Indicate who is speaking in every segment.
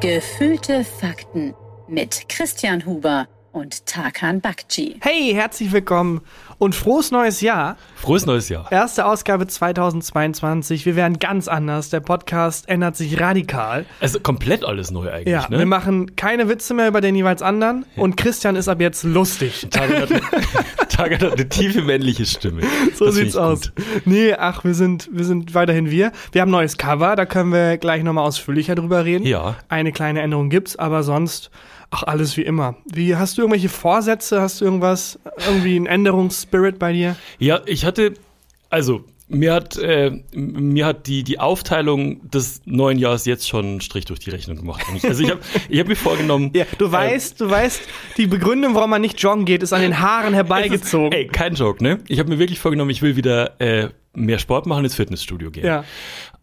Speaker 1: Gefühlte Fakten mit Christian Huber und Tarkan Bakci.
Speaker 2: Hey, herzlich willkommen und frohes neues Jahr.
Speaker 3: Frohes neues Jahr.
Speaker 2: Erste Ausgabe 2022. Wir werden ganz anders. Der Podcast ändert sich radikal.
Speaker 3: Es ist Also komplett alles neu eigentlich,
Speaker 2: Ja,
Speaker 3: ne?
Speaker 2: wir machen keine Witze mehr über den jeweils anderen und Christian ist ab jetzt lustig.
Speaker 3: Target hat, Target hat eine tiefe männliche Stimme.
Speaker 2: So
Speaker 3: Das find
Speaker 2: sieht's
Speaker 3: ich
Speaker 2: aus.
Speaker 3: gut.
Speaker 2: Nee, ach, wir sind, wir sind weiterhin wir. Wir haben ein neues Cover, da können wir gleich nochmal ausführlicher drüber reden.
Speaker 3: Ja.
Speaker 2: Eine kleine Änderung gibt's, aber sonst, ach, alles wie immer. Wie, hast du irgendwelche Vorsätze? Hast du irgendwas, irgendwie einen Änderungsspirit bei dir?
Speaker 3: Ja, ich hatte, also mir hat, äh, m- mir hat die, die Aufteilung des neuen Jahres jetzt schon einen Strich durch die Rechnung gemacht. Eigentlich. Also ich habe ich hab mir vorgenommen.
Speaker 2: Ja, du
Speaker 3: äh,
Speaker 2: weißt, du weißt, die Begründung, warum man nicht joggen geht, ist an den Haaren herbeigezogen.
Speaker 3: also, Ey, kein Joke, ne? Ich habe mir wirklich vorgenommen, ich will wieder äh, mehr Sport machen, ins Fitnessstudio gehen.
Speaker 2: Ja.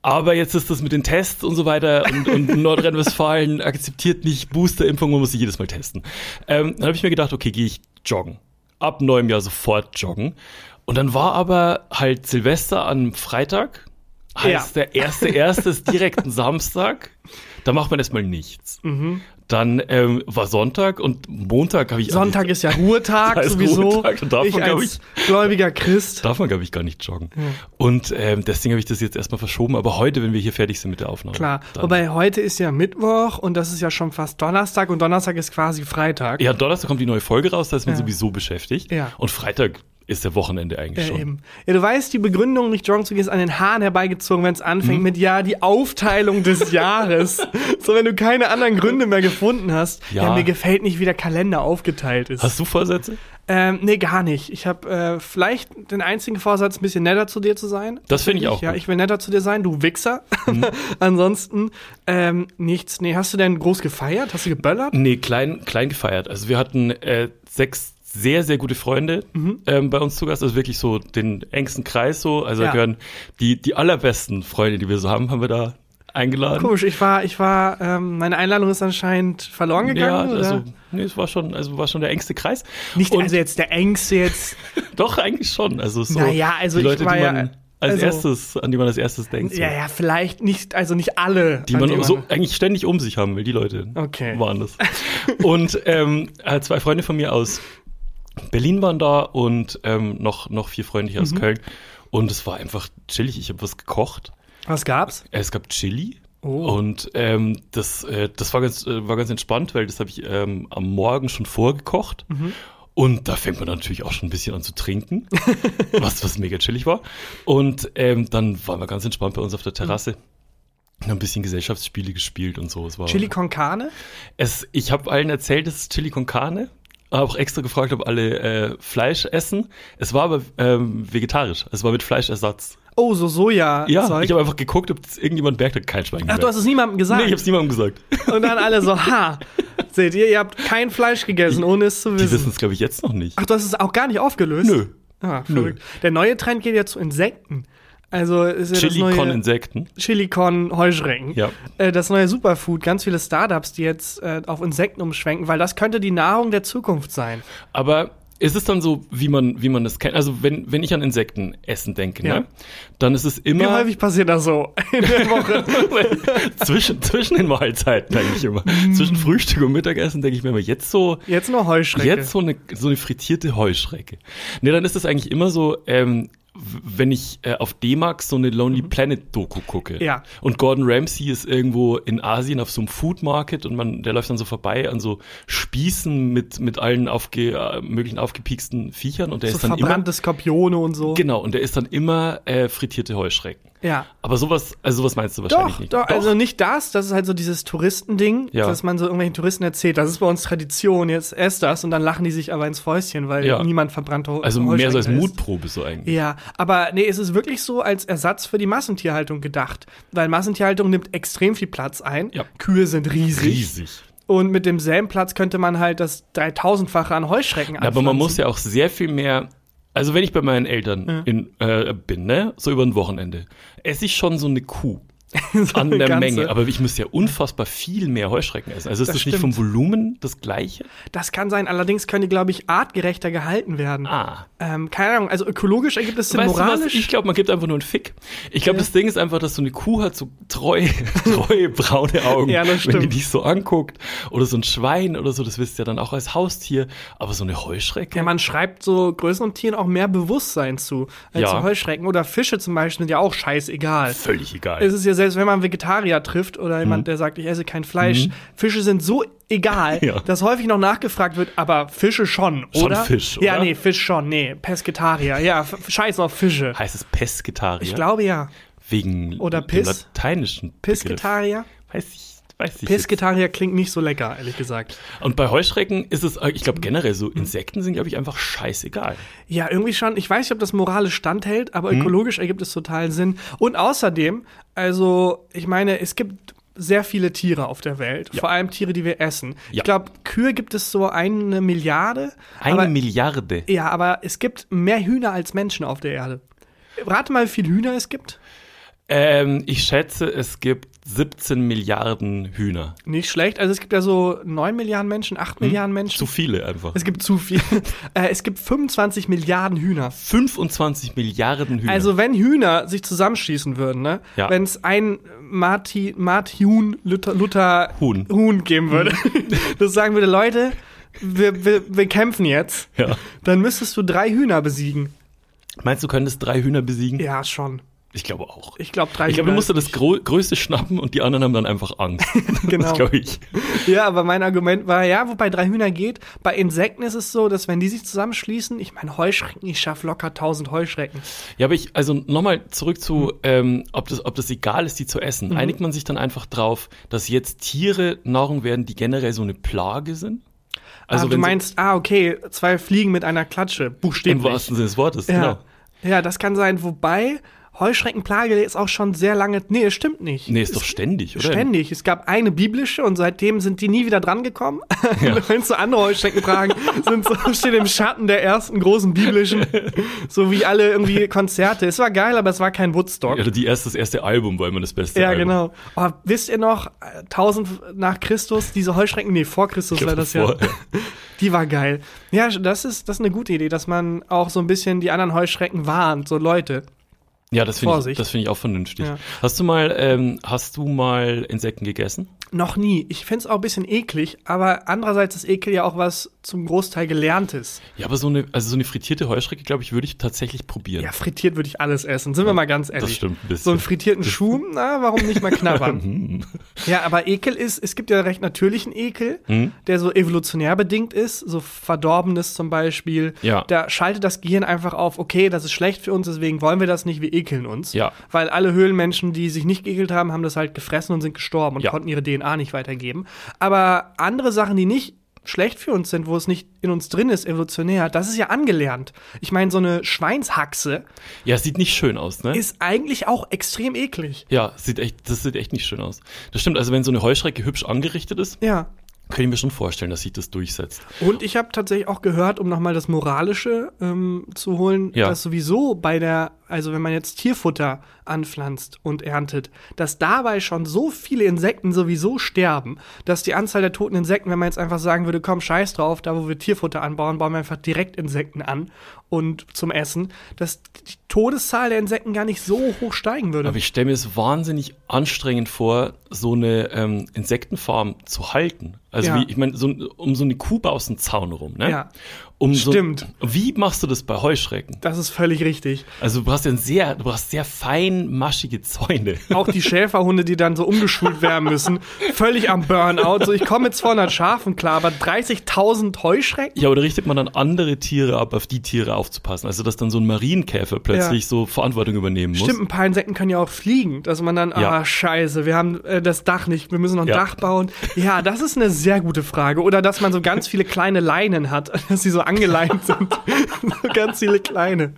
Speaker 3: Aber jetzt ist das mit den Tests und so weiter und, und Nordrhein-Westfalen akzeptiert nicht Boosterimpfung, man muss sich jedes Mal testen. Ähm, dann habe ich mir gedacht, okay, gehe ich joggen. Ab neuem Jahr sofort joggen. Und dann war aber halt Silvester am Freitag, heißt
Speaker 2: Ja.
Speaker 3: der erste, erste ist direkt ein Samstag. Da macht man erstmal nichts.
Speaker 2: Mhm.
Speaker 3: Dann ähm, war Sonntag und Montag habe ich also
Speaker 2: Sonntag ist ja Ruhetag
Speaker 3: Da ist
Speaker 2: sowieso.
Speaker 3: Ruhetag und davon,
Speaker 2: ich
Speaker 3: glaub
Speaker 2: als gläubiger Christ.
Speaker 3: Darf man, glaube ich, gar nicht joggen. Und ähm, deswegen habe ich das jetzt erstmal verschoben. Aber heute, wenn wir hier fertig sind mit der Aufnahme.
Speaker 2: Klar.
Speaker 3: dann-
Speaker 2: Wobei heute ist ja Mittwoch und das ist ja schon fast Donnerstag und Donnerstag ist quasi Freitag.
Speaker 3: Ja, Donnerstag kommt die neue Folge raus, da ist man
Speaker 2: Ja.
Speaker 3: sowieso beschäftigt.
Speaker 2: Ja.
Speaker 3: Und Freitag ist der Wochenende eigentlich
Speaker 2: Ja,
Speaker 3: schon.
Speaker 2: eben. Ja, du weißt, die Begründung, nicht joggen zu gehen, ist an den Haaren herbeigezogen, wenn es anfängt
Speaker 3: Mhm.
Speaker 2: mit, ja, die Aufteilung des Jahres. so, wenn du keine anderen Gründe mehr gefunden hast. Ja.
Speaker 3: Ja.
Speaker 2: mir gefällt nicht, wie der Kalender aufgeteilt ist.
Speaker 3: Hast du Vorsätze?
Speaker 2: Ähm, nee, gar nicht. Ich habe äh, vielleicht den einzigen Vorsatz, ein bisschen netter zu dir zu sein.
Speaker 3: Das finde ich auch Mhm.
Speaker 2: Ja,
Speaker 3: gut.
Speaker 2: ich will netter zu dir sein, du Wichser. Ansonsten ähm, nichts. Nee, hast du denn groß gefeiert? Hast du geböllert?
Speaker 3: Nee, klein, klein gefeiert. Also wir hatten äh, sechs sehr, sehr gute Freunde
Speaker 2: Mhm.
Speaker 3: ähm, bei uns zu Gast. Also wirklich so den engsten Kreis so. Also
Speaker 2: Ja.
Speaker 3: da gehören die, die allerbesten Freunde, die wir so haben, haben wir da eingeladen.
Speaker 2: Komisch, ich war, ich war, ähm, meine Einladung ist anscheinend verloren gegangen,
Speaker 3: ja,
Speaker 2: oder?
Speaker 3: also, nee, es war schon, also war schon der engste Kreis.
Speaker 2: nicht
Speaker 3: Und-
Speaker 2: also jetzt der engste jetzt.
Speaker 3: Doch, eigentlich schon. Also so
Speaker 2: Naja, also
Speaker 3: die
Speaker 2: ich
Speaker 3: Leute,
Speaker 2: war
Speaker 3: die
Speaker 2: ja-
Speaker 3: man als
Speaker 2: also-
Speaker 3: erstes, an die man als erstes denkt. So.
Speaker 2: ja, ja, vielleicht nicht, also nicht alle. Also
Speaker 3: Die
Speaker 2: an
Speaker 3: man so eigentlich ständig um sich haben will, die Leute
Speaker 2: Okay.
Speaker 3: waren das. Und ähm, äh, zwei Freunde von mir aus Berlin waren da und ähm, noch, noch vier Freunde hier aus Köln. Und es war einfach chillig. Ich habe was gekocht.
Speaker 2: Was gab's?
Speaker 3: Äh, Es gab Chili.
Speaker 2: Oh.
Speaker 3: Und ähm, das, äh, das war, ganz, äh, war ganz entspannt, weil das habe ich ähm, am Morgen schon vorgekocht.
Speaker 2: Mhm.
Speaker 3: Und da fängt man natürlich auch schon ein bisschen an zu trinken, was, was mega chillig war. Und ähm, dann waren wir ganz entspannt bei uns
Speaker 2: Mhm.
Speaker 3: auf der Terrasse. Haben Ein bisschen Gesellschaftsspiele gespielt und so. Es war,
Speaker 2: Chili con carne?
Speaker 3: es, ich habe allen erzählt, es ist Chili con Carne. Habe auch extra gefragt, ob alle äh, Fleisch essen. Es war aber ähm, vegetarisch. Es war mit Fleischersatz.
Speaker 2: Oh, so Soja.
Speaker 3: Ja, ich habe einfach geguckt, ob das irgendjemand merkt, hat kein Schwein
Speaker 2: Ach, du hast es niemandem gesagt.
Speaker 3: Nee, ich hab's niemandem gesagt.
Speaker 2: Und dann alle so, ha, seht ihr, ihr habt kein Fleisch gegessen, ohne es zu
Speaker 3: Die
Speaker 2: wissen.
Speaker 3: wissen es, glaube ich, jetzt noch nicht.
Speaker 2: Ach, du hast es auch gar nicht aufgelöst?
Speaker 3: Nö.
Speaker 2: Ah, verrückt. Der neue Trend geht ja zu Insekten. Also ist ja das
Speaker 3: Chili
Speaker 2: neue
Speaker 3: con Insekten.
Speaker 2: Chili con Heuschrecken.
Speaker 3: Ja.
Speaker 2: Äh, das neue Superfood. Ganz viele Startups, die jetzt äh, auf Insekten umschwenken, weil das könnte die Nahrung der Zukunft sein.
Speaker 3: Aber ist es dann so, wie man, wie man das kennt? Also, wenn, wenn ich an Insekten essen denke,
Speaker 2: Ja. Genau,
Speaker 3: ne? dann ist es
Speaker 2: Wie
Speaker 3: immer
Speaker 2: häufig passiert das so in der Woche?
Speaker 3: zwischen, zwischen den Mahlzeiten, eigentlich immer.
Speaker 2: Mhm.
Speaker 3: zwischen Frühstück und Mittagessen denke ich mir immer, jetzt so,
Speaker 2: Jetzt nur Heuschrecke.
Speaker 3: Jetzt so eine, so eine frittierte Heuschrecke. Nee, dann ist es eigentlich immer so, ähm, w- wenn ich äh, auf D-Max so eine Lonely Planet Doku gucke.
Speaker 2: Mhm. Ja.
Speaker 3: Und Gordon Ramsay ist irgendwo in Asien auf so einem Food Market und man, der läuft dann so vorbei an so Spießen mit, mit allen aufge, äh, möglichen aufgepieksten Viechern und der
Speaker 2: so
Speaker 3: ist dann immer.
Speaker 2: verbrannte Skorpione und so.
Speaker 3: Genau, und der ist dann immer äh, frittierte Heuschrecken.
Speaker 2: Ja.
Speaker 3: Aber sowas, also sowas meinst du wahrscheinlich
Speaker 2: Doch,
Speaker 3: nicht.
Speaker 2: doch, also nicht das, das ist halt so dieses Touristending,
Speaker 3: Ja.
Speaker 2: dass man so irgendwelchen Touristen erzählt, das ist bei uns Tradition, jetzt esst das und dann lachen die sich aber ins Fäustchen, weil
Speaker 3: Ja.
Speaker 2: niemand verbrannte Heu-
Speaker 3: also mehr so als
Speaker 2: Heuschrecken isst.
Speaker 3: Mutprobe so eigentlich.
Speaker 2: Ja, aber nee, es ist wirklich so als Ersatz für die Massentierhaltung gedacht, weil Massentierhaltung nimmt extrem viel Platz ein,
Speaker 3: Ja.
Speaker 2: Kühe sind riesig.
Speaker 3: Riesig.
Speaker 2: und mit demselben Platz könnte man halt das 3000-fache an Heuschrecken
Speaker 3: Ja, aber man
Speaker 2: anpflanzen.
Speaker 3: muss ja auch sehr viel mehr. Also wenn ich bei meinen Eltern in, äh, bin, ne, so über ein Wochenende, esse ich schon so eine Kuh.
Speaker 2: So
Speaker 3: an
Speaker 2: eine
Speaker 3: der
Speaker 2: ganze-
Speaker 3: Menge. Aber ich müsste ja unfassbar viel mehr Heuschrecken essen. Also ist
Speaker 2: Das
Speaker 3: das, nicht vom
Speaker 2: stimmt.
Speaker 3: Volumen das gleiche?
Speaker 2: Das kann sein, allerdings können die, glaube ich, artgerechter gehalten werden.
Speaker 3: Ah.
Speaker 2: Ähm, keine Ahnung, also ökologisch ergibt es Sinn,
Speaker 3: Weißt du was?
Speaker 2: moralisch.
Speaker 3: Ich glaube, man gibt einfach nur einen Fick. Ich glaube, das Ding ist einfach, dass so eine Kuh hat so treue, treue braune Augen,
Speaker 2: Ja, das
Speaker 3: wenn die
Speaker 2: stimmt.
Speaker 3: dich so anguckt. Oder so ein Schwein oder so, das wisst ihr dann auch als Haustier. Aber so eine Heuschrecke?
Speaker 2: ja, man schreibt so größeren Tieren auch mehr Bewusstsein zu als
Speaker 3: Ja.
Speaker 2: so Heuschrecken oder Fische zum Beispiel sind ja auch scheißegal.
Speaker 3: völlig egal.
Speaker 2: Es ist ja selbst, wenn man Vegetarier trifft oder
Speaker 3: Mhm.
Speaker 2: jemand, der sagt, ich esse kein Fleisch, Fische sind so egal,
Speaker 3: Ja.
Speaker 2: dass häufig noch nachgefragt wird, aber Fische schon,
Speaker 3: Schon
Speaker 2: oder?
Speaker 3: Fisch,
Speaker 2: Ja,
Speaker 3: oder?
Speaker 2: nee, Fisch schon, nee, Pesketarier, ja, f- scheiß auf Fische.
Speaker 3: heißt es Pesketarier?
Speaker 2: Ich glaube ja.
Speaker 3: Wegen
Speaker 2: Oder
Speaker 3: dem
Speaker 2: Piss?
Speaker 3: lateinischen Begriff.
Speaker 2: Pesketarier?
Speaker 3: Weiß ich, weiß ich jetzt
Speaker 2: Pesketarier klingt nicht so lecker, ehrlich gesagt.
Speaker 3: Und bei Heuschrecken ist es, äh, ich
Speaker 2: Mhm.
Speaker 3: glaube generell so, Insekten sind, glaube ich, einfach scheißegal.
Speaker 2: Ja, irgendwie schon. Ich weiß nicht, ob das moralisch standhält, aber
Speaker 3: Hm?
Speaker 2: ökologisch ergibt es total Sinn. Und außerdem, also, ich meine, es gibt sehr viele Tiere auf der Welt, vor allem Tiere, die wir essen. Ich
Speaker 3: Ja.
Speaker 2: glaube, Kühe gibt es so eine Milliarde.
Speaker 3: Eine
Speaker 2: aber,
Speaker 3: Milliarde.
Speaker 2: Ja, aber es gibt mehr Hühner als Menschen auf der Erde. Rate mal, wie viele Hühner es gibt.
Speaker 3: Ähm, ich schätze, es gibt 17 Milliarden Hühner.
Speaker 2: Nicht schlecht. Also es gibt ja so 9 Milliarden Menschen, 8 Milliarden Menschen.
Speaker 3: Hm? Zu viele einfach.
Speaker 2: es gibt zu viel. äh, es gibt 25 Milliarden Hühner.
Speaker 3: 25 Milliarden Hühner.
Speaker 2: Also wenn Hühner sich zusammenschießen würden, ne?
Speaker 3: Ja.
Speaker 2: Wenn es ein Marti, Martin Luther, Luther
Speaker 3: Huhn.
Speaker 2: geben würde, das sagen würde, Leute, wir, wir, wir kämpfen jetzt,
Speaker 3: Ja.
Speaker 2: dann müsstest du drei Hühner besiegen.
Speaker 3: Meinst du, könntest drei Hühner besiegen?
Speaker 2: Ja, schon.
Speaker 3: Ich glaube auch.
Speaker 2: Ich glaube drei
Speaker 3: Ich glaube, du
Speaker 2: Hühner-
Speaker 3: musst dir das Gro größte schnappen und die anderen haben dann einfach Angst.
Speaker 2: Genau.
Speaker 3: Das glaube ich.
Speaker 2: Ja, aber mein Argument war, ja, wobei drei Hühner geht. Bei Insekten ist es so, dass wenn die sich zusammenschließen, ich meine, Heuschrecken, ich schaffe locker 1000 Heuschrecken.
Speaker 3: Ja, aber ich, also nochmal zurück zu,
Speaker 2: Hm.
Speaker 3: ähm, ob, das, ob das egal ist, die zu essen.
Speaker 2: Mhm.
Speaker 3: Einigt man sich dann einfach drauf, dass jetzt Tiere Nahrung werden, die generell so eine Plage sind?
Speaker 2: Also du
Speaker 3: wenn sie-
Speaker 2: meinst, ah, okay, zwei Fliegen mit einer Klatsche,
Speaker 3: Im
Speaker 2: buchstäblich.
Speaker 3: wahrsten Sinne des Wortes,
Speaker 2: Ja.
Speaker 3: genau.
Speaker 2: ja, das kann sein. Wobei, Heuschreckenplage ist auch schon sehr lange. Nee, es stimmt nicht.
Speaker 3: Nee, ist doch ständig, oder?
Speaker 2: Ständig. Es gab eine biblische und seitdem sind die nie wieder dran gekommen. Ja. Wenn so andere Heuschreckenplagen sind so stehen im Schatten der ersten großen biblischen, so wie alle irgendwie Konzerte. Es war geil, aber es war kein Woodstock.
Speaker 3: Ja, die erst, das erste Album war immer das beste
Speaker 2: Ja,
Speaker 3: Album.
Speaker 2: genau. Oh, wisst ihr noch, äh, 1000 nach Christus, diese Heuschrecken, nee, vor Christus
Speaker 3: Ich
Speaker 2: war
Speaker 3: glaub,
Speaker 2: das
Speaker 3: vor,
Speaker 2: ja.
Speaker 3: ja.
Speaker 2: Die war geil. Ja, das ist, das ist eine gute Idee, dass man auch so ein bisschen die anderen Heuschrecken warnt, so Leute.
Speaker 3: Ja, das finde ich,
Speaker 2: Vorsicht.
Speaker 3: das find ich auch vernünftig.
Speaker 2: Ja.
Speaker 3: Hast du mal, ähm, hast du mal Insekten gegessen?
Speaker 2: Noch nie. Ich find's auch ein bisschen eklig, aber andererseits ist Ekel ja auch was zum Großteil Gelerntes.
Speaker 3: Ja, aber so eine, also so eine frittierte Heuschrecke, glaube ich, würde ich tatsächlich probieren.
Speaker 2: Ja, frittiert würde ich alles essen, sind wir mal ganz ehrlich.
Speaker 3: stimmt ein bisschen.
Speaker 2: So einen frittierten Schuh, na, warum nicht mal knabbern?
Speaker 3: Mhm.
Speaker 2: ja, aber Ekel ist, es gibt ja recht natürlichen Ekel,
Speaker 3: Mhm.
Speaker 2: der so evolutionär bedingt ist, so Verdorbenes zum Beispiel.
Speaker 3: Ja.
Speaker 2: Da schaltet das Gehirn einfach auf, okay, das ist schlecht für uns, deswegen wollen wir das nicht, wir ekeln uns.
Speaker 3: Ja.
Speaker 2: Weil alle Höhlenmenschen, die sich nicht geekelt haben, haben das halt gefressen und sind gestorben und
Speaker 3: Ja.
Speaker 2: konnten ihre DNA nicht weitergeben. Aber andere Sachen, die nicht schlecht für uns sind, wo es nicht in uns drin ist, evolutionär, das ist ja angelernt. Ich meine, so eine Schweinshaxe
Speaker 3: Ja, sieht nicht schön aus, ne?
Speaker 2: ist eigentlich auch extrem eklig.
Speaker 3: ja, sieht echt, das sieht echt nicht schön aus. Das stimmt, also wenn so eine Heuschrecke hübsch angerichtet ist,
Speaker 2: Ja.
Speaker 3: kann ich mir schon vorstellen, dass sich das durchsetzt.
Speaker 2: Und ich habe tatsächlich auch gehört, um nochmal das Moralische ähm, zu holen,
Speaker 3: Ja.
Speaker 2: dass sowieso bei der, also wenn man jetzt Tierfutter anpflanzt und erntet, dass dabei schon so viele Insekten sowieso sterben, dass die Anzahl der toten Insekten, wenn man jetzt einfach sagen würde, komm, scheiß drauf, da wo wir Tierfutter anbauen, bauen wir einfach direkt Insekten an und zum Essen, dass die Todeszahl der Insekten gar nicht so hoch steigen würde.
Speaker 3: Aber ich stelle mir es wahnsinnig anstrengend vor, so eine ähm, Insektenfarm zu halten. Also
Speaker 2: Ja.
Speaker 3: wie, ich meine, so, ein- um so eine Kuh baust du einen Zaun rum, ne?
Speaker 2: Ja.
Speaker 3: Um so,
Speaker 2: Stimmt.
Speaker 3: Wie machst du das bei Heuschrecken?
Speaker 2: das ist völlig richtig.
Speaker 3: Also du brauchst ja ein sehr, du brauchst sehr feinmaschige Zäune.
Speaker 2: Auch die Schäferhunde, die dann so umgeschult werden müssen, völlig am Burnout. So, ich komme mit 200 Schafen klar, aber 30.000 Heuschrecken?
Speaker 3: Ja, oder richtet man dann andere Tiere ab, auf die Tiere aufzupassen? Also dass dann so ein Marienkäfer plötzlich
Speaker 2: Ja.
Speaker 3: so Verantwortung übernehmen muss.
Speaker 2: Stimmt, ein paar Insekten können ja auch fliegen, dass man dann,
Speaker 3: Ja.
Speaker 2: ah, scheiße, wir haben äh, das Dach nicht, wir müssen noch ein
Speaker 3: Ja.
Speaker 2: Dach bauen. Ja, das ist eine sehr gute Frage. Oder dass man so ganz viele kleine Leinen hat, dass sie so angeleint sind. so ganz viele kleine.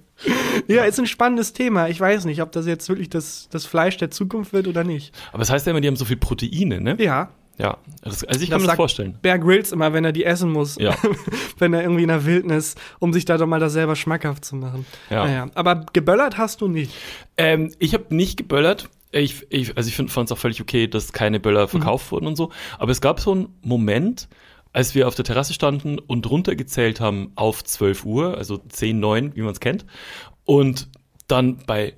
Speaker 2: Ja, ist ein spannendes Thema. Ich weiß nicht, ob das jetzt wirklich das, das Fleisch der Zukunft wird oder nicht.
Speaker 3: Aber es heißt ja immer, die haben so viel Proteine, ne?
Speaker 2: Ja,
Speaker 3: Ja. Das, also ich kann mir das
Speaker 2: sagt
Speaker 3: vorstellen.
Speaker 2: Bear Grylls immer, wenn er die essen muss.
Speaker 3: Ja.
Speaker 2: wenn er irgendwie in der Wildnis, um sich da doch mal das selber schmackhaft zu machen.
Speaker 3: Ja.
Speaker 2: Naja. Aber geböllert hast du nicht.
Speaker 3: Ähm, ich habe nicht geböllert. ich, ich, also ich fand es auch völlig okay, dass keine Böller verkauft wurden und so. Aber es gab so einen Moment, als wir auf der Terrasse standen und runtergezählt haben auf 12 Uhr, also 10, 9, wie man es kennt. Und dann bei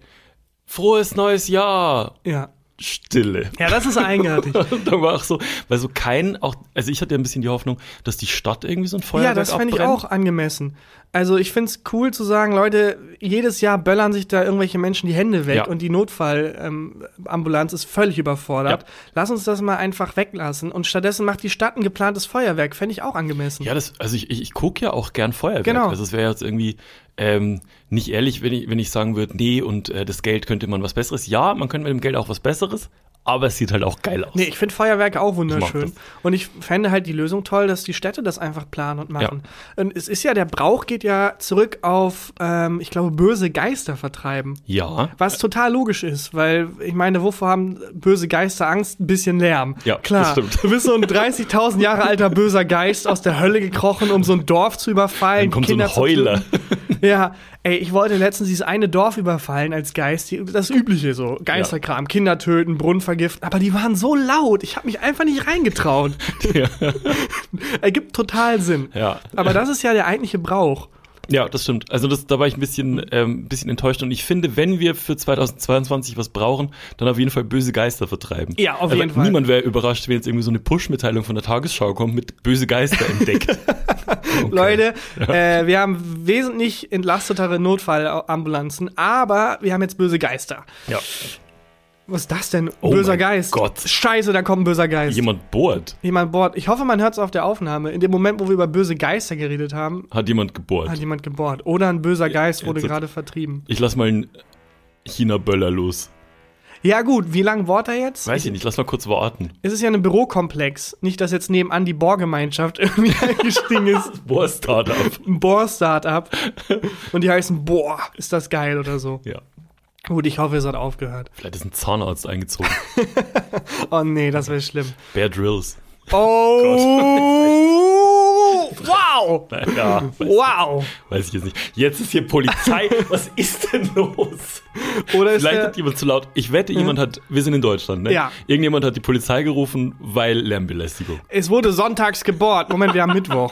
Speaker 3: Frohes neues Jahr!
Speaker 2: Ja.
Speaker 3: Stille.
Speaker 2: Ja, das ist eigenartig.
Speaker 3: Und da war auch so, weil so kein, auch, also ich hatte ja ein bisschen die Hoffnung, dass die Stadt irgendwie so ein Feuerwerk
Speaker 2: Ja, das fände ich
Speaker 3: abbrennt.
Speaker 2: auch angemessen. Also ich finde es cool zu sagen, Leute, jedes Jahr böllern sich da irgendwelche Menschen die Hände weg
Speaker 3: Ja.
Speaker 2: und die Notfallambulanz ist völlig überfordert.
Speaker 3: Ja.
Speaker 2: Lass uns das mal einfach weglassen und stattdessen macht die Stadt ein geplantes Feuerwerk. Fände ich auch angemessen.
Speaker 3: Ja, das, also ich, ich, ich gucke ja auch gern Feuerwerk.
Speaker 2: Genau.
Speaker 3: Also es wäre jetzt irgendwie ähm, nicht ehrlich, wenn ich, wenn ich sagen würde, nee, und äh, das Geld könnte man was Besseres. Ja, man könnte mit dem Geld auch was Besseres, aber es sieht halt auch geil aus.
Speaker 2: Nee, ich finde Feuerwerke auch wunderschön.
Speaker 3: Ich mag
Speaker 2: und ich fände halt die Lösung toll, dass die Städte das einfach planen und machen. Und es ist ja, der Brauch geht ja zurück auf, ähm, ich glaube, böse Geister vertreiben.
Speaker 3: Ja.
Speaker 2: Was total logisch ist, weil ich meine, wovor haben böse Geister Angst? Ein bisschen Lärm.
Speaker 3: Ja, das
Speaker 2: klar.
Speaker 3: stimmt.
Speaker 2: Du bist so ein 30.000 Jahre alter böser Geist aus der Hölle gekrochen, um so ein Dorf zu überfallen.
Speaker 3: Dann kommt so ein
Speaker 2: Kinder zu
Speaker 3: Heuler.
Speaker 2: töten. Ja, ey, ich wollte letztens dieses eine Dorf überfallen als Geist. die- Das Übliche so. Geisterkram, Kinder töten, Brunnen vergiften. Aber die waren so laut, ich habe mich einfach nicht reingetraut.
Speaker 3: Ja.
Speaker 2: Ergibt total Sinn.
Speaker 3: Ja.
Speaker 2: Aber das ist ja der eigentliche Brauch.
Speaker 3: Ja, das stimmt. Also das, da war ich ein bisschen, ähm, ein bisschen enttäuscht und ich finde, wenn wir für 2022 was brauchen, dann auf jeden Fall böse Geister vertreiben.
Speaker 2: Ja, auf
Speaker 3: also
Speaker 2: jeden Fall.
Speaker 3: Niemand wäre überrascht, wenn jetzt irgendwie so eine Push-Mitteilung von der Tagesschau kommt mit böse Geister entdeckt. Okay.
Speaker 2: Leute, äh, wir haben wesentlich entlastetere Notfallambulanzen, aber wir haben jetzt böse Geister.
Speaker 3: Ja.
Speaker 2: Was ist das denn?
Speaker 3: Oh
Speaker 2: böser
Speaker 3: mein
Speaker 2: Geist.
Speaker 3: Gott.
Speaker 2: Scheiße, da kommt ein böser Geist.
Speaker 3: Jemand bohrt.
Speaker 2: Jemand bohrt. Ich hoffe, man hört es auf der Aufnahme. In dem Moment, wo wir über böse Geister geredet haben,
Speaker 3: Hat jemand gebohrt.
Speaker 2: hat jemand gebohrt. Oder ein böser Geist wurde
Speaker 3: jetzt-
Speaker 2: gerade vertrieben.
Speaker 3: ich lass mal einen China-Böller los.
Speaker 2: Ja gut, wie lange bohrt er jetzt?
Speaker 3: Weiß ich nicht, lass mal kurz warten.
Speaker 2: Es ist ja ein Bürokomplex. Nicht, dass jetzt nebenan die Bohrgemeinschaft irgendwie eingestiegen ist.
Speaker 3: Boah, Startup.
Speaker 2: Ein Bohr-Startup. Und die heißen Bohr, ist das geil oder so.
Speaker 3: Ja.
Speaker 2: Gut, ich hoffe, es hat aufgehört.
Speaker 3: Vielleicht ist ein Zahnarzt eingezogen.
Speaker 2: Oh nee, das wäre schlimm.
Speaker 3: Bear Drills.
Speaker 2: Oh, wow,
Speaker 3: Ja, weiß,
Speaker 2: wow.
Speaker 3: weiß ich jetzt nicht. Jetzt ist hier Polizei. Was ist denn los?
Speaker 2: Oder ist
Speaker 3: Vielleicht
Speaker 2: der,
Speaker 3: hat jemand zu laut. Ich wette, jemand hat. Wir sind in Deutschland, ne?
Speaker 2: Ja.
Speaker 3: Irgendjemand hat die Polizei gerufen, weil Lärmbelästigung.
Speaker 2: es wurde sonntags gebohrt. Moment, wir haben Mittwoch.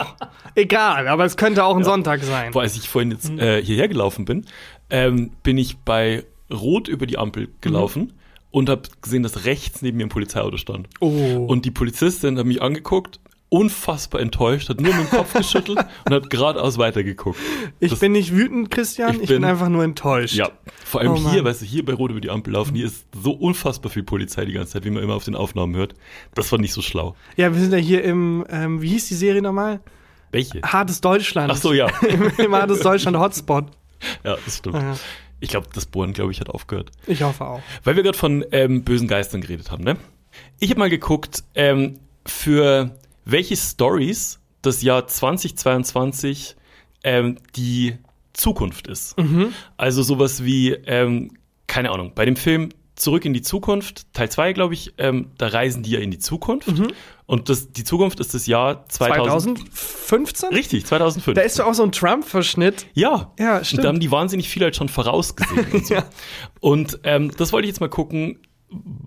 Speaker 2: Egal, aber es könnte auch ein Sonntag sein.
Speaker 3: Boah, als ich vorhin
Speaker 2: Mhm.
Speaker 3: jetzt äh, hierher gelaufen bin, ähm, bin ich bei Rot über die Ampel
Speaker 2: Mhm.
Speaker 3: gelaufen und habe gesehen, dass rechts neben mir ein Polizeiauto stand.
Speaker 2: Oh.
Speaker 3: Und die Polizistin hat mich angeguckt, unfassbar enttäuscht, hat nur mit dem Kopf geschüttelt und hat geradeaus weitergeguckt.
Speaker 2: Ich bin nicht wütend, Christian, ich,
Speaker 3: Ich
Speaker 2: bin,
Speaker 3: bin-
Speaker 2: einfach nur enttäuscht.
Speaker 3: Ja, vor allem
Speaker 2: Oh Mann.
Speaker 3: hier, weißt du, hier bei Rot über die Ampel laufen, hier ist so unfassbar viel Polizei die ganze Zeit, wie man immer auf den Aufnahmen hört. Das war nicht so schlau.
Speaker 2: Ja, wir sind ja hier im, ähm, wie hieß die Serie nochmal?
Speaker 3: Welche?
Speaker 2: Hartes Deutschland.
Speaker 3: Ach so, ja.
Speaker 2: Im, im Hartes Deutschland Hotspot.
Speaker 3: Ja, das stimmt.
Speaker 2: Ah, Ja.
Speaker 3: Ich glaube, das Bohren, glaube ich, hat aufgehört.
Speaker 2: Ich hoffe auch.
Speaker 3: Weil wir gerade von ähm, bösen Geistern geredet haben, ne? Ich habe mal geguckt, ähm, für welche Stories das Jahr 2022 ähm, die Zukunft ist.
Speaker 2: Mhm.
Speaker 3: Also sowas wie, ähm, keine Ahnung, bei dem Film Zurück in die Zukunft, Teil 2, glaube ich, ähm, da reisen die ja in die Zukunft.
Speaker 2: Mhm.
Speaker 3: Und das, die Zukunft ist das Jahr 2000.
Speaker 2: 2015?
Speaker 3: Richtig, 2005.
Speaker 2: Da ist doch auch so ein Trump-Verschnitt.
Speaker 3: Ja,
Speaker 2: Ja,
Speaker 3: Und
Speaker 2: stimmt.
Speaker 3: da haben die wahnsinnig viel halt schon vorausgesehen. Und, so. und ähm, das wollte ich jetzt mal gucken,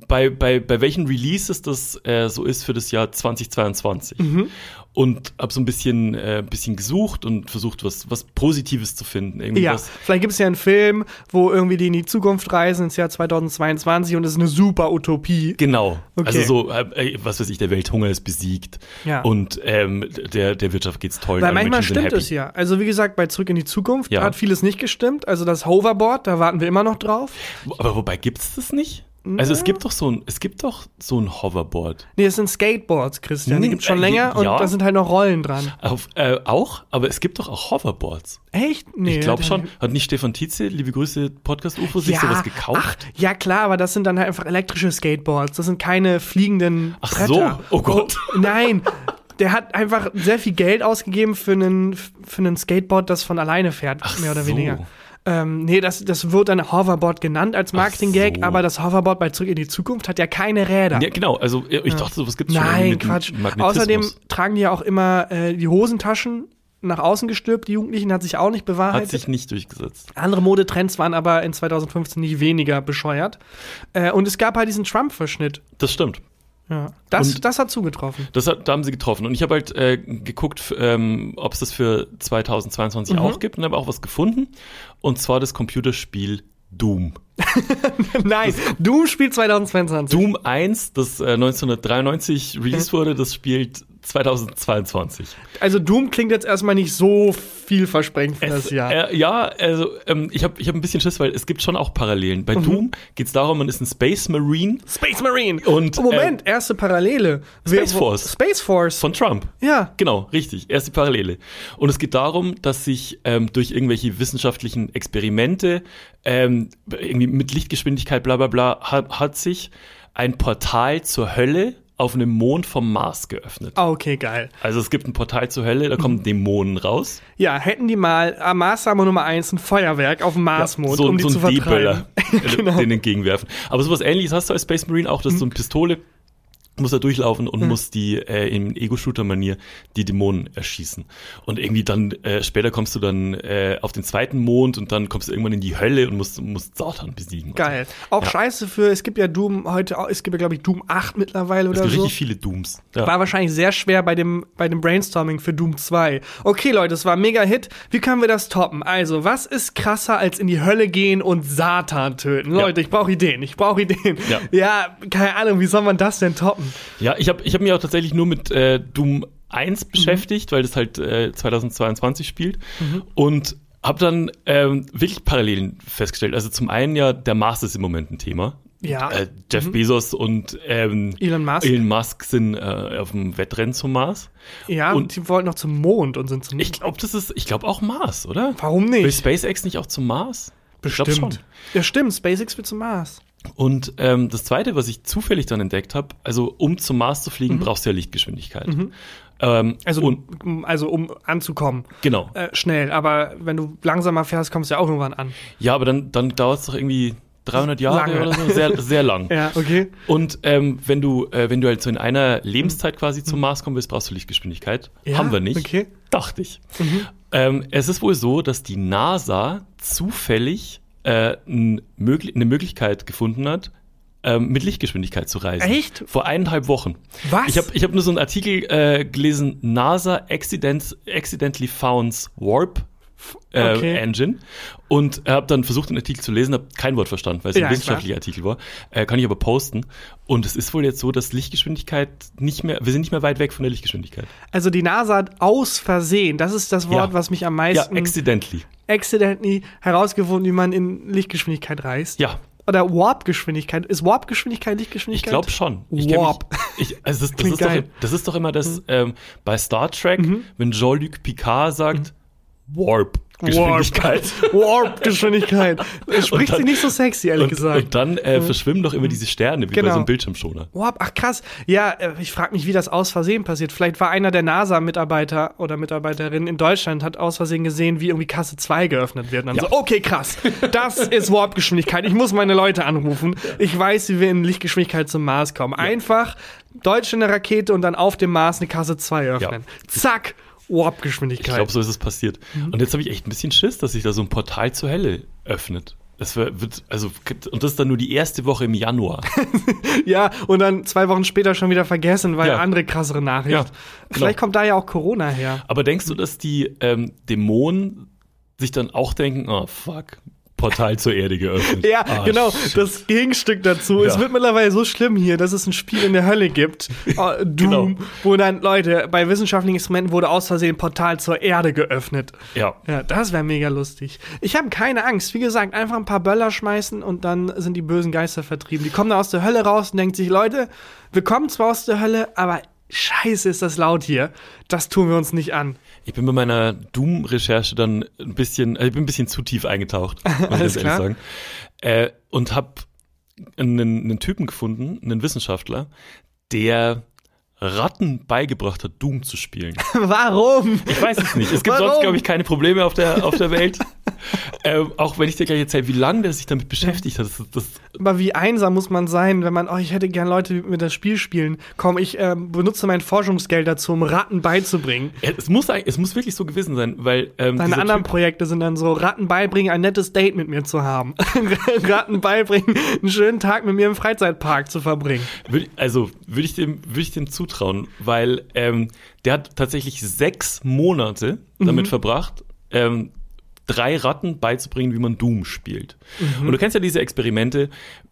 Speaker 3: bei, bei, bei welchen Releases das äh, so ist für das Jahr 2022.
Speaker 2: Mhm.
Speaker 3: Und habe so ein bisschen, äh, bisschen gesucht und versucht, was, was Positives zu finden. Irgendwie
Speaker 2: Ja,
Speaker 3: was,
Speaker 2: vielleicht gibt es ja einen Film, wo irgendwie die in die Zukunft reisen ins Jahr 2022 und es ist eine super Utopie.
Speaker 3: Genau.
Speaker 2: Okay.
Speaker 3: Also so, äh, äh, was weiß ich, der Welthunger ist besiegt
Speaker 2: Ja.
Speaker 3: und ähm, der, der Wirtschaft geht's toll.
Speaker 2: Weil
Speaker 3: alle
Speaker 2: manchmal
Speaker 3: Menschen sind
Speaker 2: stimmt
Speaker 3: happy.
Speaker 2: es ja. Also wie gesagt, bei Zurück in die Zukunft
Speaker 3: Ja.
Speaker 2: hat vieles nicht gestimmt. Also das Hoverboard, da warten wir immer noch drauf.
Speaker 3: Aber wobei gibt's das nicht? Also es gibt doch so ein, es gibt doch so ein Hoverboard.
Speaker 2: Nee, es sind Skateboards, Christian. Die
Speaker 3: Hm,
Speaker 2: gibt's schon
Speaker 3: äh,
Speaker 2: länger
Speaker 3: ja.
Speaker 2: und da sind halt noch Rollen dran.
Speaker 3: Auf, äh, auch, aber es gibt doch auch Hoverboards.
Speaker 2: Echt? Nee.
Speaker 3: ich glaube
Speaker 2: der-
Speaker 3: schon. Hat nicht Stefan Tietze, liebe Grüße, Podcast UFO, sich
Speaker 2: Ja,
Speaker 3: sowas gekauft?
Speaker 2: Ach, ja klar, aber das sind dann halt einfach elektrische Skateboards. Das sind keine fliegenden
Speaker 3: Ach
Speaker 2: Bretter.
Speaker 3: so, oh Gott.
Speaker 2: Oh, nein, der hat einfach sehr viel Geld ausgegeben für einen, für einen Skateboard, das von alleine fährt,
Speaker 3: Ach
Speaker 2: mehr oder
Speaker 3: so.
Speaker 2: weniger. Ähm, nee, das, das wird dann Hoverboard genannt als Marketing-Gag,
Speaker 3: so.
Speaker 2: aber das Hoverboard bei Zurück in die Zukunft hat ja keine Räder.
Speaker 3: ja, genau, also ich dachte, sowas gibt es schon.
Speaker 2: Nein,
Speaker 3: irgendwie mit
Speaker 2: Quatsch.
Speaker 3: Magnetismus.
Speaker 2: Außerdem tragen die ja auch immer äh, die Hosentaschen nach außen gestülpt, die Jugendlichen, hat sich auch nicht
Speaker 3: Hat
Speaker 2: bewahrheitet.
Speaker 3: sich nicht durchgesetzt.
Speaker 2: Andere Modetrends waren aber in 2015 nicht weniger bescheuert. Äh, und es gab halt diesen Trump-Verschnitt.
Speaker 3: Das stimmt.
Speaker 2: Ja. Das,
Speaker 3: Und-
Speaker 2: das hat zugetroffen.
Speaker 3: Das hat, da haben sie getroffen. Und ich habe halt äh, geguckt, f- ähm, ob es das für 2022
Speaker 2: Mhm.
Speaker 3: auch gibt und habe auch was gefunden. Und zwar das Computerspiel Doom.
Speaker 2: Nein, Doom spielt 2022.
Speaker 3: Doom 1, das äh, 1993 released wurde, das spielt 2022.
Speaker 2: Also Doom klingt jetzt erstmal nicht so vielversprechend für das Jahr.
Speaker 3: Äh, ja, also ähm, ich habe ich hab ein bisschen Schiss, weil es gibt schon auch Parallelen.
Speaker 2: Mhm.
Speaker 3: Bei Doom geht es darum, man ist ein Space Marine
Speaker 2: Space Marine.
Speaker 3: Und,
Speaker 2: oh, Moment, erste Parallele.
Speaker 3: Space Force.
Speaker 2: Space Force.
Speaker 3: von Trump.
Speaker 2: ja.
Speaker 3: Genau, richtig. Erste Parallele. Und es geht darum, dass sich ähm, durch irgendwelche wissenschaftlichen Experimente, ähm, irgendwie mit Lichtgeschwindigkeit, bla bla bla, hat, hat sich ein Portal zur Hölle auf einem Mond vom Mars geöffnet.
Speaker 2: Ah, Mhm. okay, geil.
Speaker 3: Also es gibt ein Portal zur Hölle, da kommen Dämonen raus.
Speaker 2: Ja, hätten die mal am Maßnahme Nummer 1 ein Feuerwerk auf dem Marsmond,
Speaker 3: so,
Speaker 2: um die
Speaker 3: so
Speaker 2: zu
Speaker 3: ein
Speaker 2: vertreiben. Genau.
Speaker 3: äh, den entgegenwerfen. Aber sowas ähnliches hast du als Space Marine auch, dass du eine
Speaker 2: Mhm.
Speaker 3: Pistole muss da durchlaufen und muss die äh, in Ego-Shooter-Manier die Dämonen erschießen. Und irgendwie dann, äh, später kommst du dann äh, auf den zweiten Mond und dann kommst du irgendwann in die Hölle und musst, musst Satan besiegen.
Speaker 2: Geil. Auch
Speaker 3: Ja.
Speaker 2: scheiße für, es gibt ja Doom heute, auch- es gibt ja, glaube ich, Doom 8 mittlerweile
Speaker 3: Es
Speaker 2: oder
Speaker 3: gibt
Speaker 2: so.
Speaker 3: richtig viele Dooms. Ja.
Speaker 2: Also War wahrscheinlich sehr schwer bei dem, bei dem Brainstorming für Doom 2. Okay, Leute, es war ein Mega-Hit. Wie können wir das toppen? Also, was ist krasser als in die Hölle gehen und Satan töten? Leute, ich brauche Ideen, ich brauche Ideen.
Speaker 3: Ja.
Speaker 2: ja, keine Ahnung, wie soll man das denn toppen?
Speaker 3: Ja, ich habe ich hab mich auch tatsächlich nur mit äh, Doom 1
Speaker 2: Mhm.
Speaker 3: beschäftigt, weil das halt äh, 2022 spielt.
Speaker 2: Mhm.
Speaker 3: Und habe dann ähm, wirklich Parallelen festgestellt. Also zum einen ja, der Mars ist im Moment ein Thema.
Speaker 2: Ja. Mhm.
Speaker 3: Äh, Jeff Bezos und ähm,
Speaker 2: Elon Musk.
Speaker 3: Elon Musk sind äh, auf dem Wettrennen zum Mars.
Speaker 2: Ja, und
Speaker 3: Und-
Speaker 2: die wollten noch zum Mond und sind zum
Speaker 3: Ich glaube, das ist, ich glaube auch Mars, oder?
Speaker 2: Mhm. Warum
Speaker 3: Will
Speaker 2: nicht?
Speaker 3: SpaceX nicht auch zum Mars? Ich glaub schon.
Speaker 2: Ja, stimmt. SpaceX wird zum Mars.
Speaker 3: Und ähm, das Zweite, was ich zufällig dann entdeckt habe, also um zum Mars zu fliegen, brauchst du ja Lichtgeschwindigkeit. Ähm,
Speaker 2: Mhm. Also,
Speaker 3: und,
Speaker 2: m- also um anzukommen.
Speaker 3: genau.
Speaker 2: Äh, schnell, aber wenn du langsamer fährst, kommst du ja auch irgendwann an.
Speaker 3: Ja, aber dann, dann dauert es doch irgendwie 300 Jahre
Speaker 2: Lange.
Speaker 3: oder so, sehr, sehr lang.
Speaker 2: Ja, okay.
Speaker 3: Und ähm, wenn du äh, wenn du halt so in einer Lebenszeit quasi zum Mars kommen willst, brauchst du Lichtgeschwindigkeit.
Speaker 2: Mhm. Ja,
Speaker 3: Haben wir nicht.
Speaker 2: okay. Mhm.
Speaker 3: Dachte ich. Ähm, es ist wohl so, dass die NASA zufällig äh, n mögli eine Möglichkeit gefunden hat, ähm, mit Lichtgeschwindigkeit zu reisen.
Speaker 2: Echt?
Speaker 3: Vor eineinhalb Wochen.
Speaker 2: Was?
Speaker 3: Ich habe ich hab nur so einen Artikel äh, gelesen, NASA accident, accidentally founds warp äh,
Speaker 2: Okay.
Speaker 3: Engine und habe dann versucht, den Artikel zu lesen, habe kein Wort verstanden, weil es
Speaker 2: Ja,
Speaker 3: ein wissenschaftlicher Artikel war. Äh, kann ich aber posten. Und es ist wohl jetzt so, dass Lichtgeschwindigkeit nicht mehr, wir sind nicht mehr weit weg von der Lichtgeschwindigkeit.
Speaker 2: Also die NASA hat aus Versehen, das ist das Wort,
Speaker 3: Ja.
Speaker 2: was mich am
Speaker 3: Ja,
Speaker 2: meisten
Speaker 3: accidentally.
Speaker 2: accidentally herausgefunden, wie man in Lichtgeschwindigkeit reist.
Speaker 3: Ja.
Speaker 2: Oder Warp-Geschwindigkeit. Ist Warp-Geschwindigkeit
Speaker 3: Ich
Speaker 2: Lichtgeschwindigkeit?
Speaker 3: glaube schon. Ich kenn
Speaker 2: Warp.
Speaker 3: Mich, ich, also das, das,
Speaker 2: Klingt
Speaker 3: ist doch,
Speaker 2: geil. Mhm.
Speaker 3: das ist doch immer das ähm, bei Star Trek, wenn Jean-Luc Picard sagt,
Speaker 2: Mhm.
Speaker 3: Warp. Geschwindigkeit.
Speaker 2: Warp-Geschwindigkeit. Es Spricht
Speaker 3: dann-
Speaker 2: sie nicht so sexy, ehrlich
Speaker 3: und,
Speaker 2: gesagt. Mhm.
Speaker 3: Und dann äh, verschwimmen doch immer diese Sterne, wie
Speaker 2: Genau.
Speaker 3: bei so einem Bildschirmschoner.
Speaker 2: Wow, ach krass. Ja, äh, ich frage mich, wie das aus Versehen passiert. Vielleicht war einer der NASA-Mitarbeiter oder Mitarbeiterin in Deutschland, hat aus Versehen gesehen, wie irgendwie Kasse 2 geöffnet wird. Und dann
Speaker 3: Ja.
Speaker 2: so, okay, krass, das ist Warp-Geschwindigkeit. Ich muss meine Leute anrufen. Ich weiß, wie wir in Lichtgeschwindigkeit zum Mars kommen. Einfach Deutsch in der Rakete und dann auf dem Mars eine Kasse 2 öffnen. Zack,
Speaker 3: Ich
Speaker 2: Warp-Geschwindigkeit.
Speaker 3: glaube, so ist es passiert.
Speaker 2: Mhm.
Speaker 3: Und jetzt habe ich echt ein bisschen Schiss, dass sich da so ein Portal zur Hölle öffnet. Das wär- wird, also, und das ist dann nur die erste Woche im Januar.
Speaker 2: Ja, und dann zwei Wochen später schon wieder vergessen, weil
Speaker 3: Ja.
Speaker 2: andere krassere Nachricht.
Speaker 3: Ja, genau.
Speaker 2: Vielleicht kommt da ja auch Corona her.
Speaker 3: Aber denkst du, dass die ähm, Dämonen sich dann auch denken, oh fuck, Portal zur Erde geöffnet?
Speaker 2: Ja,
Speaker 3: Ah,
Speaker 2: genau.
Speaker 3: shit.
Speaker 2: Das Gegenstück dazu. Es
Speaker 3: Ja.
Speaker 2: wird mittlerweile so schlimm hier, dass es ein Spiel in der Hölle gibt. Äh, Doom,
Speaker 3: Genau.
Speaker 2: wo dann, Leute, bei wissenschaftlichen Experimenten wurde aus Versehen ein Portal zur Erde geöffnet.
Speaker 3: Ja.
Speaker 2: Ja, das wäre mega lustig. Ich habe keine Angst. Wie gesagt, einfach ein paar Böller schmeißen und dann sind die bösen Geister vertrieben. Die kommen da aus der Hölle raus und denken sich, Leute, wir kommen zwar aus der Hölle, aber scheiße ist das laut hier. Das tun wir uns nicht an.
Speaker 3: Ich bin bei meiner Doom-Recherche dann ein bisschen, also ich bin ein bisschen zu tief eingetaucht, muss ich ganz ehrlich
Speaker 2: klar.
Speaker 3: sagen. Äh, und habe einen, einen Typen gefunden, einen Wissenschaftler, der Ratten beigebracht hat, Doom zu spielen.
Speaker 2: Warum?
Speaker 3: Ich weiß es nicht. Es gibt
Speaker 2: Warum?
Speaker 3: sonst, glaube ich, keine Probleme auf der, auf der Welt. ähm, auch wenn ich dir gleich erzähle, wie lange der sich damit beschäftigt hat. Das, das,
Speaker 2: Aber wie einsam muss man sein, wenn man, oh, ich hätte gern Leute, die mit mir das Spiel spielen. Komm, ich äh, benutze mein Forschungsgeld dazu, um Ratten beizubringen.
Speaker 3: es, muss, eigentlich- es muss wirklich so gewesen sein, weil. Ähm,
Speaker 2: Deine
Speaker 3: dieser
Speaker 2: anderen
Speaker 3: Typ-
Speaker 2: Projekte sind dann so, Ratten beibringen, ein nettes Date mit mir zu haben. Ratten beibringen, einen schönen Tag mit mir im Freizeitpark zu verbringen.
Speaker 3: Würd, also würde ich, dem- würd ich dem zutrauen, weil ähm, der hat tatsächlich sechs Monate
Speaker 2: Mhm.
Speaker 3: damit verbracht, ähm, drei Ratten beizubringen, wie man Doom spielt.
Speaker 2: Mhm.
Speaker 3: Und du kennst ja diese Experimente,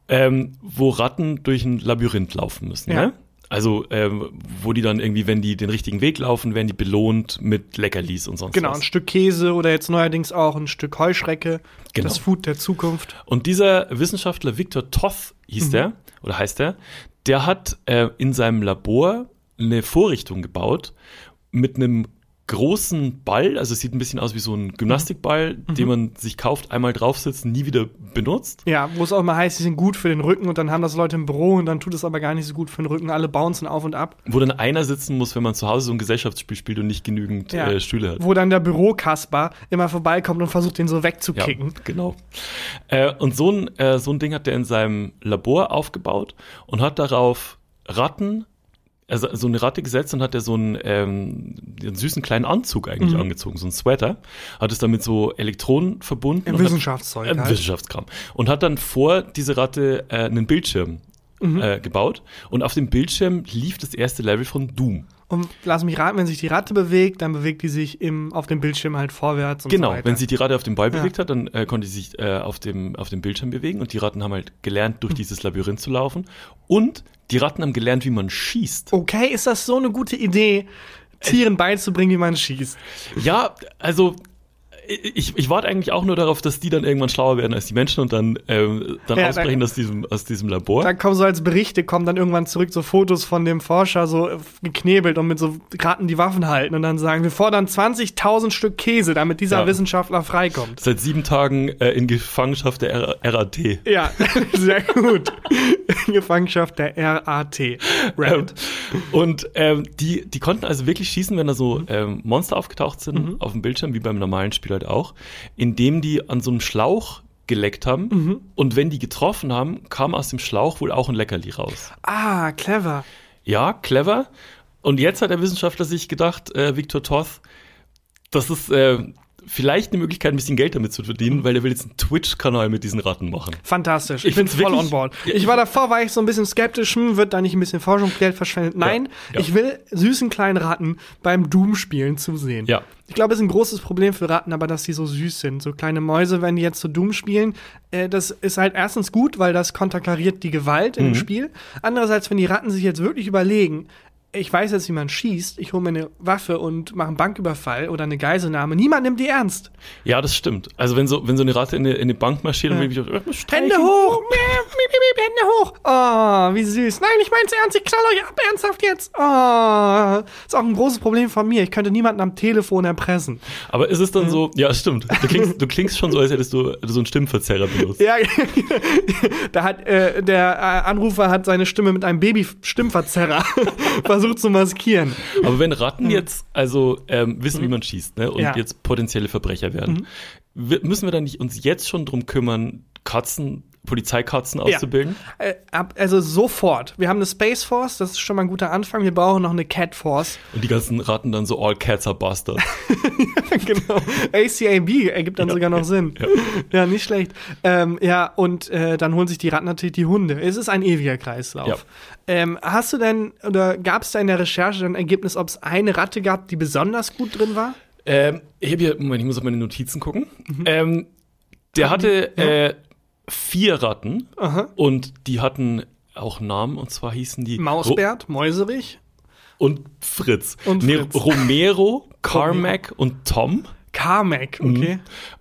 Speaker 3: ähm, wo Ratten durch ein Labyrinth laufen müssen.
Speaker 2: Ja.
Speaker 3: Ne? Also ähm, wo die dann irgendwie, wenn die den richtigen Weg laufen, werden die belohnt mit Leckerlis und sonst
Speaker 2: Genau,
Speaker 3: was.
Speaker 2: ein Stück Käse oder jetzt neuerdings auch ein Stück Heuschrecke.
Speaker 3: Genau.
Speaker 2: Das Food der Zukunft.
Speaker 3: Und dieser Wissenschaftler Victor Toth
Speaker 2: Mhm.
Speaker 3: hieß der oder heißt er, der hat äh, in seinem Labor eine Vorrichtung gebaut mit einem großen Ball, also es sieht ein bisschen aus wie so ein Gymnastikball,
Speaker 2: Mhm.
Speaker 3: den man sich kauft, einmal draufsitzt, nie wieder benutzt.
Speaker 2: Ja, wo es auch immer heißt, die sind gut für den Rücken und dann haben das Leute im Büro und dann tut es aber gar nicht so gut für den Rücken. Alle bouncen auf und ab.
Speaker 3: Wo dann einer sitzen muss, wenn man zu Hause so ein Gesellschaftsspiel spielt und nicht genügend
Speaker 2: Ja.
Speaker 3: äh, Stühle hat.
Speaker 2: Wo dann der Bürokasper immer vorbeikommt und versucht, den so wegzukicken.
Speaker 3: Ja, genau. Äh, und so ein, äh, so ein Ding hat er in seinem Labor aufgebaut und hat darauf Ratten, also so eine Ratte gesetzt und hat er so einen, ähm, einen süßen kleinen Anzug eigentlich angezogen, so einen Sweater. Hat es damit so Elektronen verbunden.
Speaker 2: Im
Speaker 3: und hat-
Speaker 2: Wissenschaftszeug
Speaker 3: Im
Speaker 2: halt.
Speaker 3: Wissenschaftskram. Und hat dann vor diese Ratte äh, einen Bildschirm äh, gebaut. Und auf dem Bildschirm lief das erste Level von Doom.
Speaker 2: Und lass mich raten, wenn sich die Ratte bewegt, dann bewegt die sich im, auf dem Bildschirm halt vorwärts und
Speaker 3: Genau,
Speaker 2: so weiter.
Speaker 3: wenn sie die Ratte auf dem Ball bewegt hat, dann äh, konnte sie sich äh, auf, dem, auf dem Bildschirm bewegen und die Ratten haben halt gelernt,
Speaker 2: Hm.
Speaker 3: durch dieses Labyrinth zu laufen. Und die Ratten haben gelernt, wie man schießt.
Speaker 2: okay, ist das so eine gute Idee, Tieren beizubringen, wie man schießt?
Speaker 3: Ja, also ich, ich warte eigentlich auch nur darauf, dass die dann irgendwann schlauer werden als die Menschen und dann, ähm, dann
Speaker 2: Ja,
Speaker 3: ausbrechen
Speaker 2: da-
Speaker 3: aus, diesem, aus diesem Labor.
Speaker 2: Da kommen so als Berichte, kommen dann irgendwann zurück so Fotos von dem Forscher so äh, geknebelt und mit so Ratten die Waffen halten und dann sagen, wir fordern 20.000 Stück Käse, damit dieser
Speaker 3: Ja.
Speaker 2: Wissenschaftler freikommt.
Speaker 3: Seit sieben Tagen äh, in Gefangenschaft der R RAT.
Speaker 2: Ja, sehr gut. Gefangenschaft der RAT.
Speaker 3: Ähm,
Speaker 2: Red.
Speaker 3: und ähm, die, die konnten also wirklich schießen, wenn da so ähm, Monster aufgetaucht sind auf dem Bildschirm, wie beim normalen Spiel halt auch, indem die an so einem Schlauch geleckt haben. Und wenn die getroffen haben, kam aus dem Schlauch wohl auch ein Leckerli raus.
Speaker 2: Ah, clever.
Speaker 3: Ja, clever. Und jetzt hat der Wissenschaftler sich gedacht, äh, Victor Toth, das ist äh, vielleicht eine Möglichkeit, ein bisschen Geld damit zu verdienen, weil er will jetzt einen Twitch-Kanal mit diesen Ratten machen.
Speaker 2: Fantastisch. Ich,
Speaker 3: Ich
Speaker 2: bin
Speaker 3: find's
Speaker 2: voll
Speaker 3: wirklich-
Speaker 2: on board.
Speaker 3: Ja,
Speaker 2: Ich war davor, war ich so ein bisschen skeptisch, hm, wird da nicht ein bisschen Forschungsgeld verschwendet? Nein,
Speaker 3: ja.
Speaker 2: ich will süßen kleinen Ratten beim Doom-Spielen zusehen.
Speaker 3: Ja.
Speaker 2: Ich glaube, es ist ein großes Problem für Ratten, aber dass die so süß sind. So kleine Mäuse, wenn die jetzt zu Doom spielen, äh, das ist halt erstens gut, weil das konterkariert die Gewalt
Speaker 3: Mhm.
Speaker 2: im Spiel. Andererseits, wenn die Ratten sich jetzt wirklich überlegen, ich weiß jetzt, wie man schießt, ich hole mir eine Waffe und mache einen Banküberfall oder eine Geiselnahme, niemand nimmt die ernst.
Speaker 3: Ja, das stimmt. Also wenn so, wenn so eine Ratte in eine, in eine Bank marschiert, dann will ich mich auf,
Speaker 2: Hände hoch! Miep, oh, miep, miep, Hände hoch! Oh, wie süß. Nein, ich mein's ernst, ich knall euch ab, ernsthaft jetzt. Oh, ist auch ein großes Problem von mir. Ich könnte niemanden am Telefon erpressen.
Speaker 3: Aber ist es dann so, ja, stimmt. Du klingst, du klingst schon so, als hättest du so einen Stimmverzerrer benutzt.
Speaker 2: Ja, da hat, äh, der äh, Anrufer hat seine Stimme mit einem Baby-Stimmverzerrer versucht zu maskieren.
Speaker 3: Aber wenn Ratten jetzt also ähm, wissen, wie man schießt, ne, und
Speaker 2: Ja.
Speaker 3: jetzt potenzielle Verbrecher werden, wi- müssen wir dann nicht uns jetzt schon drum kümmern, Katzen, Polizeikatzen auszubilden?
Speaker 2: Äh, ab, also sofort. Wir haben eine Space Force, das ist schon mal ein guter Anfang. Wir brauchen noch eine Cat Force.
Speaker 3: Und die ganzen Ratten dann so all cats are bastards.
Speaker 2: genau. ACAB ergibt dann sogar noch Sinn. Ja, nicht schlecht. Ähm, ja, und äh, dann holen sich die Ratten natürlich die Hunde. Es ist ein ewiger Kreislauf.
Speaker 3: Ja.
Speaker 2: Ähm, hast du denn, oder gab es da in der Recherche dann ein Ergebnis, ob es eine Ratte gab, die besonders gut drin war?
Speaker 3: ähm, ich hab hier, Moment, ich muss auf meine Notizen gucken. Ähm, der hatte äh, vier Ratten und die hatten auch Namen und zwar hießen die Ro-
Speaker 2: Mausbert, Mäuserich,
Speaker 3: und Fritz.
Speaker 2: Und
Speaker 3: Nee,
Speaker 2: Fritz.
Speaker 3: Romero, Carmack und Tom.
Speaker 2: Carmack, okay.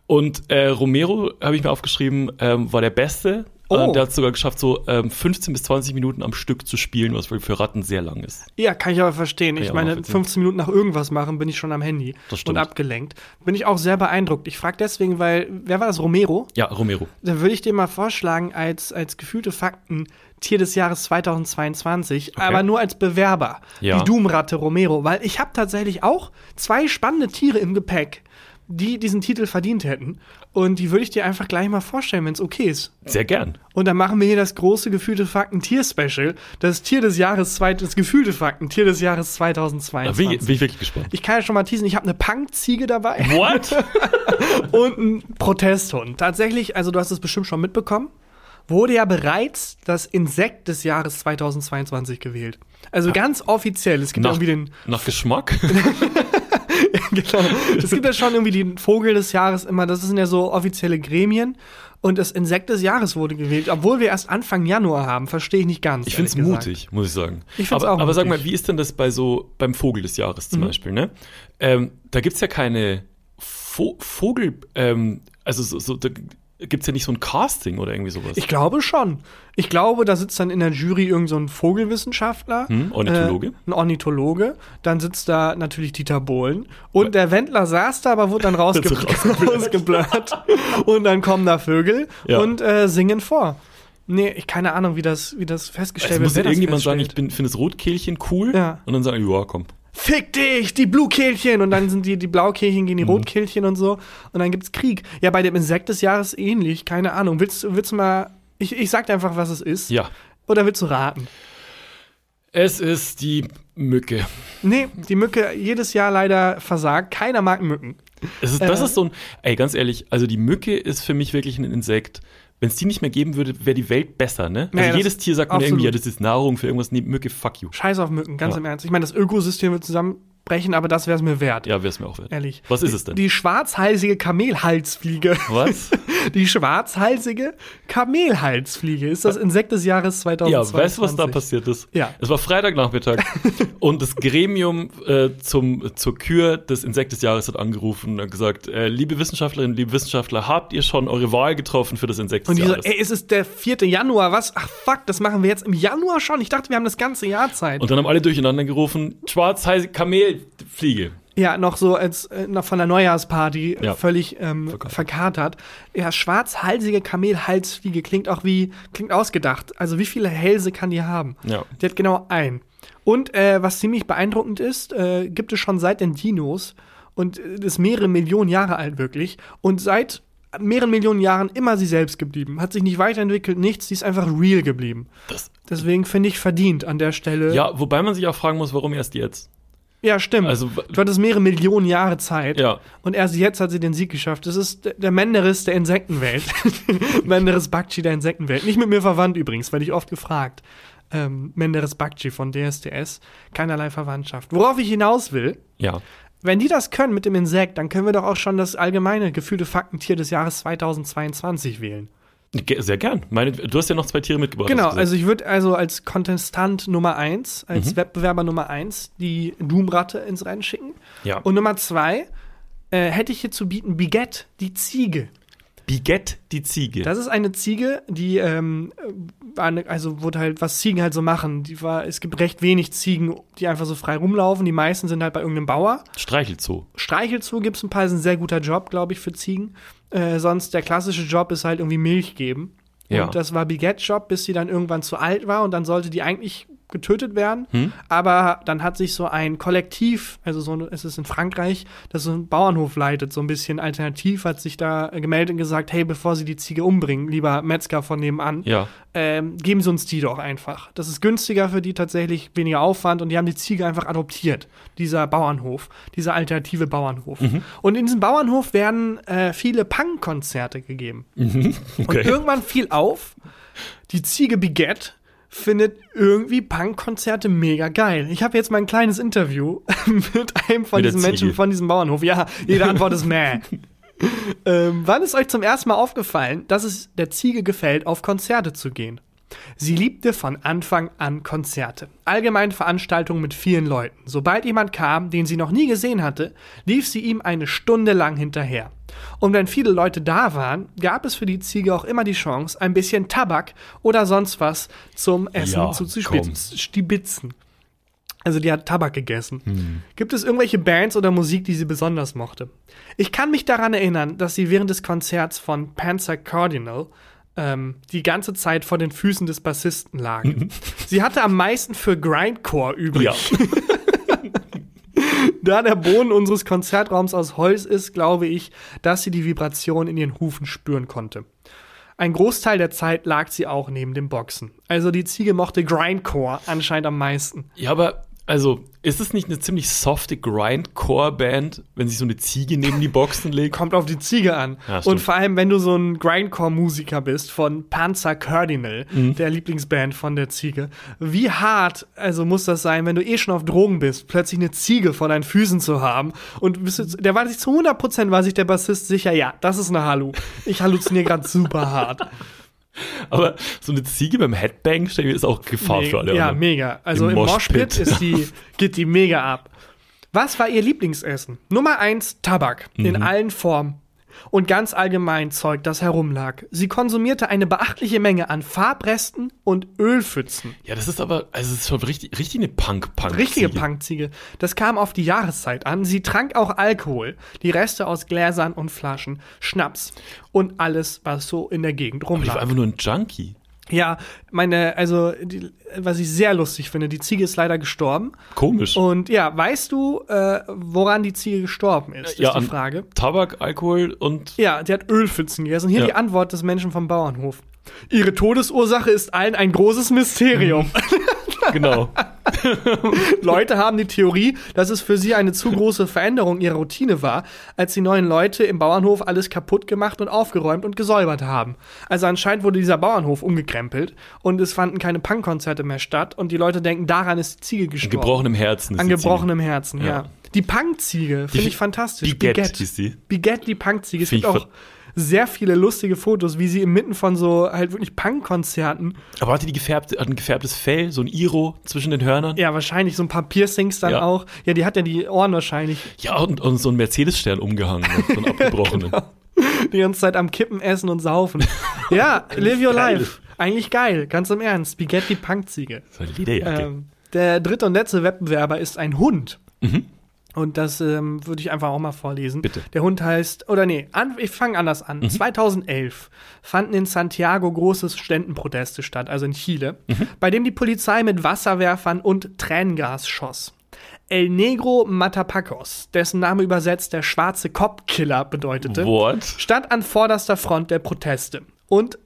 Speaker 3: Und äh, Romero, habe ich mir aufgeschrieben, ähm, war der Beste.
Speaker 2: Oh.
Speaker 3: Und der hat es sogar geschafft, so ähm, 15 bis 20 Minuten am Stück zu spielen, was wohl für Ratten sehr lang ist.
Speaker 2: Ja, kann ich aber verstehen.
Speaker 3: ich
Speaker 2: Ich
Speaker 3: auch
Speaker 2: meine,
Speaker 3: nachvollziehen.
Speaker 2: 15 Minuten nach irgendwas machen, bin ich schon am Handy
Speaker 3: Das stimmt.
Speaker 2: und abgelenkt. Bin ich auch sehr beeindruckt. Ich frage deswegen, weil, wer war das? Romero?
Speaker 3: Ja, Romero.
Speaker 2: Dann würde ich dir mal vorschlagen, als, als gefühlte Fakten Tier des Jahres 2022, aber nur als Bewerber,
Speaker 3: Ja.
Speaker 2: die Doomratte Romero, weil ich habe tatsächlich auch zwei spannende Tiere im Gepäck. die diesen Titel verdient hätten. Und die würde ich dir einfach gleich mal vorstellen, wenn es okay ist.
Speaker 3: Sehr gern.
Speaker 2: Und dann machen wir hier das große gefühlte Fakten-Tier-Special. Das Tier des Jahres, zweit- das gefühlte Fakten-Tier des Jahres
Speaker 3: Da bin, ich,
Speaker 2: 2022.
Speaker 3: bin ich wirklich gespannt.
Speaker 2: Ich kann ja schon mal teasen, ich habe eine Punkziege dabei
Speaker 3: What?
Speaker 2: und einen Protesthund. Tatsächlich, also du hast es bestimmt schon mitbekommen, wurde ja bereits das Insekt des Jahres 2022 gewählt. Also ganz offiziell. Es gibt
Speaker 3: nach,
Speaker 2: irgendwie den,
Speaker 3: nach Geschmack?
Speaker 2: genau. Es gibt ja schon irgendwie den Vogel des Jahres immer. Das sind ja so offizielle Gremien. Und das Insekt des Jahres wurde gewählt, obwohl wir erst Anfang Januar haben. Verstehe ich nicht ganz.
Speaker 3: Ich finde es
Speaker 2: ehrlich gesagt.
Speaker 3: mutig, muss ich sagen.
Speaker 2: Ich find's
Speaker 3: aber,
Speaker 2: auch
Speaker 3: aber sag
Speaker 2: mutig. Mhm.
Speaker 3: mal, wie ist denn das bei so beim Vogel des Jahres zum Beispiel? Ne? Ähm, da gibt es ja keine Vo Vogel, ähm, also so, so, da gibt es ja nicht so ein Casting oder irgendwie sowas.
Speaker 2: Ich glaube schon. Ich glaube, da sitzt dann in der Jury irgend so ein Vogelwissenschaftler.
Speaker 3: Hm, Ornithologe.
Speaker 2: Äh, ein Ornithologe. Dann sitzt da natürlich Dieter Bohlen. Und der Wendler saß da, aber wurde dann rausge rausgeblurrt. Und dann kommen da Vögel
Speaker 3: Ja.
Speaker 2: und äh, singen vor. Nee, ich keine Ahnung, wie das, wie das festgestellt
Speaker 3: es muss
Speaker 2: wer
Speaker 3: ja
Speaker 2: das
Speaker 3: irgendjemand sagen,
Speaker 2: feststellt.
Speaker 3: ich finde das Rotkehlchen cool
Speaker 2: Ja.
Speaker 3: und dann sagen, ja, komm.
Speaker 2: Fick dich, die Blukehlchen! Und dann sind die, die Blaukehlchen
Speaker 3: Mhm.
Speaker 2: gegen die Rotkehlchen und so. Und dann gibt's Krieg. Ja, bei dem Insekt des Jahres ähnlich, keine Ahnung. Willst, du- willst du mal. Ich, ich sag dir einfach, was es ist.
Speaker 3: Ja.
Speaker 2: Oder willst du raten?
Speaker 3: Es ist die Mücke.
Speaker 2: Nee, die Mücke jedes Jahr leider versagt. Keiner mag Mücken.
Speaker 3: Es ist, das
Speaker 2: Äh.
Speaker 3: ist so ein, ey, ganz ehrlich, also die Mücke ist für mich wirklich ein Insekt. Wenn es die nicht mehr geben würde, wäre die Welt besser, ne?
Speaker 2: Ja,
Speaker 3: Also
Speaker 2: das-
Speaker 3: jedes Tier sagt mir irgendwie, ja,
Speaker 2: absolut.
Speaker 3: das ist Nahrung für irgendwas. Nee, Mücke, fuck you.
Speaker 2: Scheiß auf Mücken, ganz
Speaker 3: Ja.
Speaker 2: im Ernst. Ich meine, das Ökosystem wird zusammenbrechen, aber das wäre es mir wert.
Speaker 3: Ja, wäre es mir auch wert.
Speaker 2: Ehrlich.
Speaker 3: Was ist es denn?
Speaker 2: Die schwarzhalsige Kamelhalsfliege.
Speaker 3: Was?
Speaker 2: Die schwarzhalsige Kamelhalsfliege ist das Insekt des Jahres
Speaker 3: Ja,
Speaker 2: 2022.
Speaker 3: weißt du, was da passiert ist?
Speaker 2: Ja.
Speaker 3: Es war Freitagnachmittag und das Gremium äh, zum, zur Kür des Insekt des Jahres hat angerufen und hat gesagt, äh, liebe Wissenschaftlerinnen, liebe Wissenschaftler, habt ihr schon eure Wahl getroffen für das Insekt
Speaker 2: Und
Speaker 3: des
Speaker 2: die so,
Speaker 3: Jahres?
Speaker 2: ey, es ist der 4. Januar, was? Ach fuck, das machen wir jetzt im Januar schon. Ich dachte, wir haben das ganze Jahr Zeit.
Speaker 3: und dann haben alle durcheinander gerufen, schwarz heiße Kamelfliege.
Speaker 2: ja, noch so als äh, noch von der Neujahrsparty äh,
Speaker 3: Ja.
Speaker 2: völlig ähm, verkatert. Ja, schwarzhalsige Kamelhalsfliege klingt auch wie, klingt ausgedacht. Also wie viele Hälse kann die haben?
Speaker 3: Ja.
Speaker 2: Die hat genau einen. Und äh, was ziemlich beeindruckend ist, äh, gibt es schon seit den Dinos und äh, ist mehrere Millionen Jahre alt wirklich und seit mehreren Millionen Jahren immer sie selbst geblieben. Hat sich nicht weiterentwickelt, nichts, die ist einfach real geblieben.
Speaker 3: Das,
Speaker 2: Deswegen finde ich verdient an der Stelle.
Speaker 3: ja, wobei man sich auch fragen muss, warum erst jetzt?
Speaker 2: ja stimmt.
Speaker 3: Also,
Speaker 2: du hattest mehrere Millionen Jahre Zeit.
Speaker 3: Ja.
Speaker 2: Und erst jetzt hat sie den Sieg geschafft. Das ist der- der Menderis der Insektenwelt. Menderis Bakchi der Insektenwelt. Nicht mit mir verwandt übrigens, werde ich oft gefragt. Ähm, Menderis Bakchi von DSDS. Keinerlei Verwandtschaft. Worauf ich hinaus will,
Speaker 3: ja.
Speaker 2: wenn die das können mit dem Insekt, dann können wir doch auch schon das allgemeine gefühlte Faktentier des Jahres 2022 wählen.
Speaker 3: Ge- Sehr gern. Meine, du hast ja noch zwei Tiere mitgebracht.
Speaker 2: Genau,
Speaker 3: hast du gesagt. Mhm.
Speaker 2: also ich würde also als Kontestant Nummer eins, als Wettbewerber Nummer eins die Doomratte ins Rennen schicken.
Speaker 3: Ja.
Speaker 2: Und Nummer zwei äh, hätte ich hier zu bieten Bigette, die Ziege.
Speaker 3: Bigette, die Ziege.
Speaker 2: Das ist eine Ziege, die ähm, war eine, also wurde halt, was Ziegen halt so machen. Die war, es gibt recht wenig Ziegen, die einfach so frei rumlaufen. Die meisten sind halt bei irgendeinem Bauer.
Speaker 3: Streichelt so.
Speaker 2: Streichelzoo gibt es ein paar, ist ein sehr guter Job, glaube ich, für Ziegen. Äh, sonst der klassische Job ist halt irgendwie Milch geben.
Speaker 3: Ja.
Speaker 2: Und das war Bigettes Job, bis sie dann irgendwann zu alt war und dann sollte die eigentlich getötet werden. Aber dann hat sich so ein Kollektiv, also so ein- es ist in Frankreich, das so einen Bauernhof leitet, so ein bisschen alternativ, hat sich da gemeldet und gesagt, hey, bevor sie die Ziege umbringen, lieber Metzger von nebenan,
Speaker 3: Ja.
Speaker 2: ähm, geben sie uns die doch einfach. Das ist günstiger für die tatsächlich, weniger Aufwand und die haben die Ziege einfach adoptiert. Dieser Bauernhof, dieser alternative Bauernhof.
Speaker 3: Mhm.
Speaker 2: Und in diesem Bauernhof werden äh, viele Punk-Konzerte gegeben. Und
Speaker 3: Mhm. Okay.
Speaker 2: irgendwann fiel auf, die Ziege Bigette findet irgendwie Punk-Konzerte mega geil. Ich habe jetzt mal ein kleines Interview mit einem von
Speaker 3: Mit der
Speaker 2: diesen Menschen
Speaker 3: Ziege.
Speaker 2: von diesem Bauernhof. Ja, jede Antwort ist meh. ähm, wann ist euch zum ersten Mal aufgefallen, dass es der Ziege gefällt, auf Konzerte zu gehen? Sie liebte von Anfang an Konzerte. Allgemein Veranstaltungen mit vielen Leuten. Sobald jemand kam, den sie noch nie gesehen hatte, lief sie ihm eine Stunde lang hinterher. Und wenn viele Leute da waren, gab es für die Ziege auch immer die Chance, ein bisschen Tabak oder sonst was zum Essen
Speaker 3: Ja,
Speaker 2: zu, zu
Speaker 3: komm.
Speaker 2: stibitzen. Also die hat Tabak gegessen. Gibt es irgendwelche Bands oder Musik, die sie besonders mochte? Ich kann mich daran erinnern, dass sie während des Konzerts von Panzer Cardinal ähm, die ganze Zeit vor den Füßen des Bassisten lagen. sie hatte am meisten für Grindcore übrig.
Speaker 3: Ja.
Speaker 2: Da der Boden unseres Konzertraums aus Holz ist, glaube ich, dass sie die Vibration in ihren Hufen spüren konnte. Ein Großteil der Zeit lag sie auch neben dem Boxen. Also die Ziege mochte Grindcore anscheinend am meisten.
Speaker 3: Ja, aber also ist es nicht eine ziemlich softe Grindcore-Band, wenn sich so eine Ziege neben die Boxen legt?
Speaker 2: Kommt auf die Ziege an.
Speaker 3: Ja, stimmt.
Speaker 2: Und vor allem, wenn du so ein Grindcore-Musiker bist von Panzer Cardinal,
Speaker 3: Mhm.
Speaker 2: der Lieblingsband von der Ziege. Wie hart also muss das sein, wenn du eh schon auf Drogen bist, plötzlich eine Ziege vor deinen Füßen zu haben und bist jetzt, der war sich zu 100% war sich der Bassist sicher, ja, das ist eine Hallu. Ich halluziniere gerade super hart.
Speaker 3: Aber so eine Ziege beim Headbang stell ich mir, ist auch Gefahr
Speaker 2: Me-
Speaker 3: für alle.
Speaker 2: Ja,
Speaker 3: anderen.
Speaker 2: mega. Also im Moshpit ist die, geht die mega ab. Was war ihr Lieblingsessen? Nummer eins Tabak. In
Speaker 3: Mhm.
Speaker 2: allen Formen. Und ganz allgemein Zeug, das herumlag. Sie konsumierte eine beachtliche Menge an Farbresten und Ölpfützen.
Speaker 3: Ja, das ist aber, also es ist schon richtig, richtig eine Punk-Punk.
Speaker 2: Richtige Punkziege. Das kam auf die Jahreszeit an. Sie trank auch Alkohol. Die Reste aus Gläsern und Flaschen, Schnaps und alles, was so in der Gegend
Speaker 3: Ich war
Speaker 2: rumlag.
Speaker 3: einfach nur ein Junkie.
Speaker 2: Ja, meine, also, die, was ich sehr lustig finde, die Ziege ist leider gestorben.
Speaker 3: Komisch.
Speaker 2: Und ja, weißt du, äh, woran die Ziege gestorben ist, ist die
Speaker 3: an
Speaker 2: Frage.
Speaker 3: Tabak, Alkohol und
Speaker 2: Ja, die hat Ölpfützen gegessen. Hier
Speaker 3: Ja.
Speaker 2: die Antwort des Menschen vom Bauernhof. Ihre Todesursache ist allen ein großes
Speaker 3: Mhm.
Speaker 2: Mysterium.
Speaker 3: genau.
Speaker 2: Leute haben die Theorie, dass es für sie eine zu große Veränderung ihrer Routine war, als die neuen Leute im Bauernhof alles kaputt gemacht und aufgeräumt und gesäubert haben. Also anscheinend wurde dieser Bauernhof umgekrempelt und es fanden keine Punkkonzerte mehr statt und die Leute denken, daran ist die Ziege gestorben.
Speaker 3: gebrochenem Herzen. ist
Speaker 2: An
Speaker 3: die Ziege.
Speaker 2: gebrochenem Herzen, ja.
Speaker 3: Ja.
Speaker 2: Die Punkziege finde
Speaker 3: Die-
Speaker 2: ich fantastisch.
Speaker 3: Bigette hieß die.
Speaker 2: Bigette, die Punkziege. Es
Speaker 3: Finde
Speaker 2: gibt
Speaker 3: ich
Speaker 2: auch sehr viele lustige Fotos, wie sie inmitten von so halt wirklich Punk-Konzerten,
Speaker 3: Aber hatte die gefärbte, hat ein gefärbtes Fell, so ein Iro zwischen den Hörnern?
Speaker 2: ja, wahrscheinlich so ein paar Piercings dann
Speaker 3: Ja.
Speaker 2: auch. Ja, die hat ja die Ohren wahrscheinlich
Speaker 3: Ja, und, und so ein Mercedes-Stern umgehangen, ne? so einen abgebrochenen.
Speaker 2: Genau. die ganze Zeit am Kippen, Essen und Saufen. ja, live your
Speaker 3: geil.
Speaker 2: life. Eigentlich geil, ganz im Ernst. Bigette, die Punkziege.
Speaker 3: So eine Lederjacke.
Speaker 2: Ähm, der dritte und letzte Wettbewerber ist ein Hund. Und das ähm, würde ich einfach auch mal vorlesen.
Speaker 3: Mhm. Bitte. Mhm.
Speaker 2: Der Hund heißt, oder nee, an, ich fange anders an. 2011 fanden in Santiago große Ständenproteste statt, also in Chile,
Speaker 3: Mhm.
Speaker 2: bei dem die Polizei mit Wasserwerfern und Tränengas schoss. El Negro Matapacos, dessen Name übersetzt der schwarze Kopfkiller bedeutete,
Speaker 3: What?
Speaker 2: stand an vorderster Front der Proteste. Und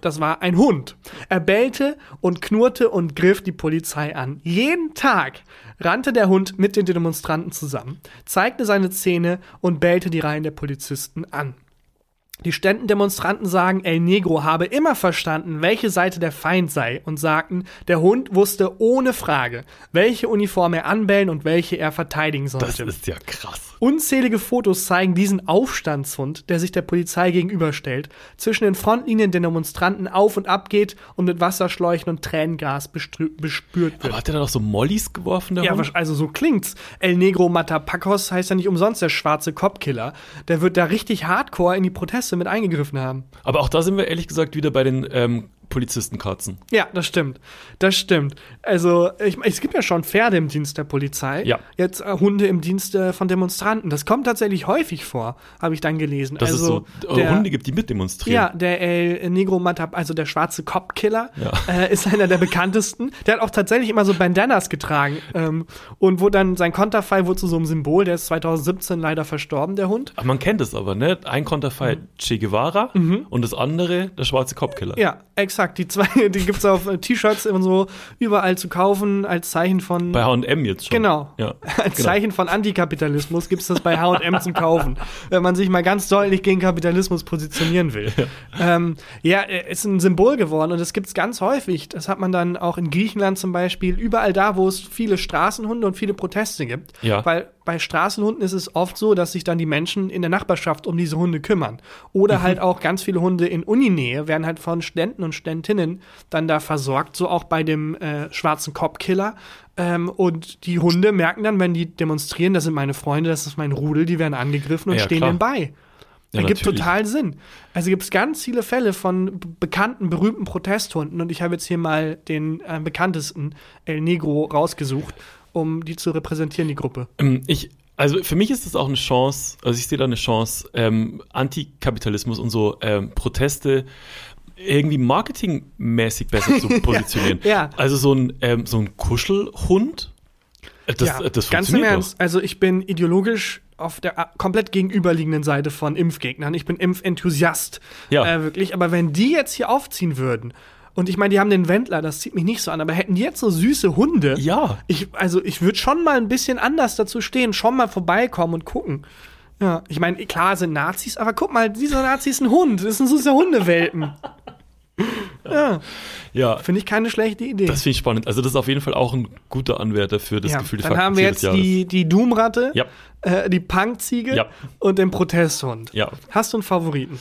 Speaker 2: das war ein Hund. Er bellte und knurrte und griff die Polizei an. Jeden Tag rannte der Hund mit den Demonstranten zusammen, zeigte seine Zähne und bellte die Reihen der Polizisten an. Die Ständendemonstranten sagen, El Negro habe immer verstanden, welche Seite der Feind sei und sagten, der Hund wusste ohne Frage, welche Uniform er anbellen und welche er verteidigen sollte.
Speaker 3: Das ist ja krass.
Speaker 2: Unzählige Fotos zeigen diesen Aufstandshund, der sich der Polizei gegenüberstellt, zwischen den Frontlinien der Demonstranten auf und ab geht und mit Wasserschläuchen und Tränengas bestrü- bespürt wird.
Speaker 3: Aber hat er da noch so Mollys geworfen, der
Speaker 2: Ja,
Speaker 3: Hund?
Speaker 2: wasch- also so klingt's. El Negro Matapacos heißt ja nicht umsonst der schwarze Kopfkiller. Der wird da richtig hardcore in die Proteste mit eingegriffen haben.
Speaker 3: Aber auch da sind wir ehrlich gesagt wieder bei den ähm, Polizistenkatzen.
Speaker 2: Ja, das stimmt. Das stimmt. Also, ich, es gibt ja schon Pferde im Dienst der Polizei.
Speaker 3: Ja.
Speaker 2: Jetzt äh, Hunde im Dienst äh, von Demonstranten. Das kommt tatsächlich häufig vor, habe ich dann gelesen.
Speaker 3: Dass
Speaker 2: also,
Speaker 3: es so äh, Hunde gibt, die mitdemonstrieren.
Speaker 2: Ja, der El Negro Matab, also der schwarze Cop-Killer,
Speaker 3: Ja.
Speaker 2: äh, ist einer der bekanntesten. Der hat auch tatsächlich immer so Bandanas getragen. Ähm, und wo dann sein Konterfei wurde zu so einem Symbol, der ist 2017 leider verstorben, der Hund.
Speaker 3: Aber man kennt es aber, ne? Ein Konterfei Che Guevara und das andere der schwarze Kopfkiller.
Speaker 2: Mhm. Ja, exakt. Die zwei, die gibt's auf äh, T-Shirts und so überall zu kaufen, als Zeichen von.
Speaker 3: Bei H&M jetzt schon.
Speaker 2: Genau.
Speaker 3: Ja.
Speaker 2: Als Zeichen von Antikapitalismus gibt's das bei HM zum Kaufen, wenn man sich mal ganz deutlich gegen Kapitalismus positionieren will. Ja, ähm, ja äh, ist ein Symbol geworden und das gibt's ganz häufig. Das hat man dann auch in Griechenland zum Beispiel, überall da, wo es viele Straßenhunde und viele Proteste gibt.
Speaker 3: Ja.
Speaker 2: Weil bei Straßenhunden ist es oft so, dass sich dann die Menschen in der Nachbarschaft um diese Hunde kümmern.
Speaker 3: Mhm.
Speaker 2: Oder halt auch ganz viele Hunde in Uninähe werden halt von Studenten und Studentinnen dann da versorgt, so auch bei dem äh, schwarzen Kopfkiller. Ähm, und die Hunde merken dann, wenn die demonstrieren, das sind meine Freunde, das ist mein Rudel, die werden angegriffen und
Speaker 3: Ja,
Speaker 2: stehen
Speaker 3: klar.
Speaker 2: denen bei.
Speaker 3: Ja,
Speaker 2: Ergibt
Speaker 3: natürlich.
Speaker 2: total Sinn. Also gibt es ganz viele Fälle von b- bekannten, berühmten Protesthunden und ich habe jetzt hier mal den äh, bekanntesten El Negro rausgesucht, um die zu repräsentieren, die Gruppe.
Speaker 3: Ähm, Ich, also für mich ist das auch eine Chance, also ich sehe da eine Chance, ähm, Antikapitalismus und so ähm, Proteste irgendwie marketingmäßig besser zu positionieren.
Speaker 2: Ja.
Speaker 3: Also so ein, ähm, so ein Kuschelhund, Das,
Speaker 2: ja,
Speaker 3: das funktioniert
Speaker 2: ganz im
Speaker 3: doch.
Speaker 2: Ernst. Also ich bin ideologisch auf der a- komplett gegenüberliegenden Seite von Impfgegnern. Ich bin Impfenthusiast.
Speaker 3: Ja.
Speaker 2: Äh, wirklich. Aber wenn die jetzt hier aufziehen würden, und ich meine, die haben den Wendler, das zieht mich nicht so an, aber hätten die jetzt so süße Hunde.
Speaker 3: Ja.
Speaker 2: Ich, also ich würde schon mal ein bisschen anders dazu stehen, schon mal vorbeikommen und gucken. Ja, ich meine, klar sind Nazis, aber guck mal, dieser Nazi ist ein Hund, das ist ein süßer Hundewelpen.
Speaker 3: Ja,
Speaker 2: Finde ich keine schlechte Idee.
Speaker 3: das finde ich spannend. Also das ist auf jeden Fall auch ein guter Anwärter für das
Speaker 2: ja.
Speaker 3: Gefühl des
Speaker 2: Dann haben wir
Speaker 3: Faktenziel des
Speaker 2: jetzt
Speaker 3: Jahres.
Speaker 2: die, die Doomratte,
Speaker 3: Ja.
Speaker 2: äh, die Punkziege
Speaker 3: Ja.
Speaker 2: und den Protesthund.
Speaker 3: Ja.
Speaker 2: Hast du einen Favoriten?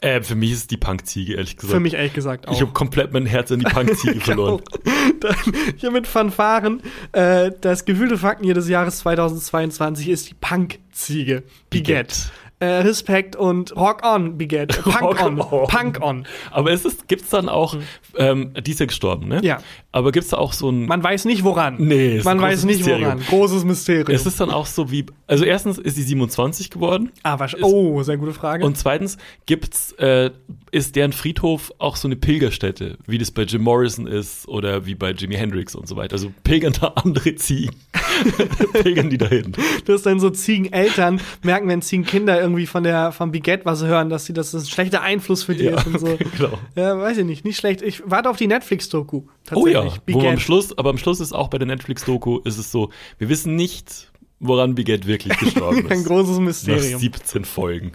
Speaker 3: Äh, für mich ist es die Punkziege, ehrlich gesagt.
Speaker 2: Für mich ehrlich gesagt auch.
Speaker 3: Ich habe komplett mein Herz an die Punkziege verloren.
Speaker 2: Genau. Dann hier mit Fanfaren. Äh, das gefühlte Fakten hier des Jahres 2022 ist die Punk-Ziege. Biget.
Speaker 3: Biget.
Speaker 2: Äh, Respekt und Rock on, Biget. Punk
Speaker 3: Rock
Speaker 2: on.
Speaker 3: on.
Speaker 2: Punk on.
Speaker 3: Aber es ist, gibt's dann auch, ähm, die ist ja gestorben, ne?
Speaker 2: Mhm. Ja.
Speaker 3: Aber gibt's da auch so ein,
Speaker 2: Man weiß nicht woran.
Speaker 3: Nee, ist
Speaker 2: Man
Speaker 3: ein
Speaker 2: weiß
Speaker 3: großes
Speaker 2: nicht
Speaker 3: Mysterium.
Speaker 2: woran. Großes Mysterium.
Speaker 3: es ist dann auch so wie, also erstens ist sie 27 geworden.
Speaker 2: ah, wasch- oh, sehr gute Frage.
Speaker 3: Und zweitens gibt's, äh, ist deren Friedhof auch so eine Pilgerstätte, wie das bei Jim Morrison ist oder wie bei Jimi Hendrix und so weiter. Also pilgern da andere Ziegen. pilgern die dahin.
Speaker 2: dass dann so Ziegeneltern merken, wenn Ziegenkinder irgendwie von der vom Baguette was hören, dass sie das, das ist ein schlechter Einfluss für die
Speaker 3: Ja,
Speaker 2: ist und so.
Speaker 3: genau.
Speaker 2: Ja, weiß ich nicht, nicht schlecht. Ich warte auf die Netflix-Doku.
Speaker 3: Oh ja, wo man am
Speaker 2: Baguette.
Speaker 3: Schluss, aber am Schluss ist auch bei der Schluss-Doku ist es so, wir wissen nicht, woran Bigette wirklich gestorben ist.
Speaker 2: Ein großes
Speaker 3: Nach
Speaker 2: Mysterium.
Speaker 3: 17 Folgen.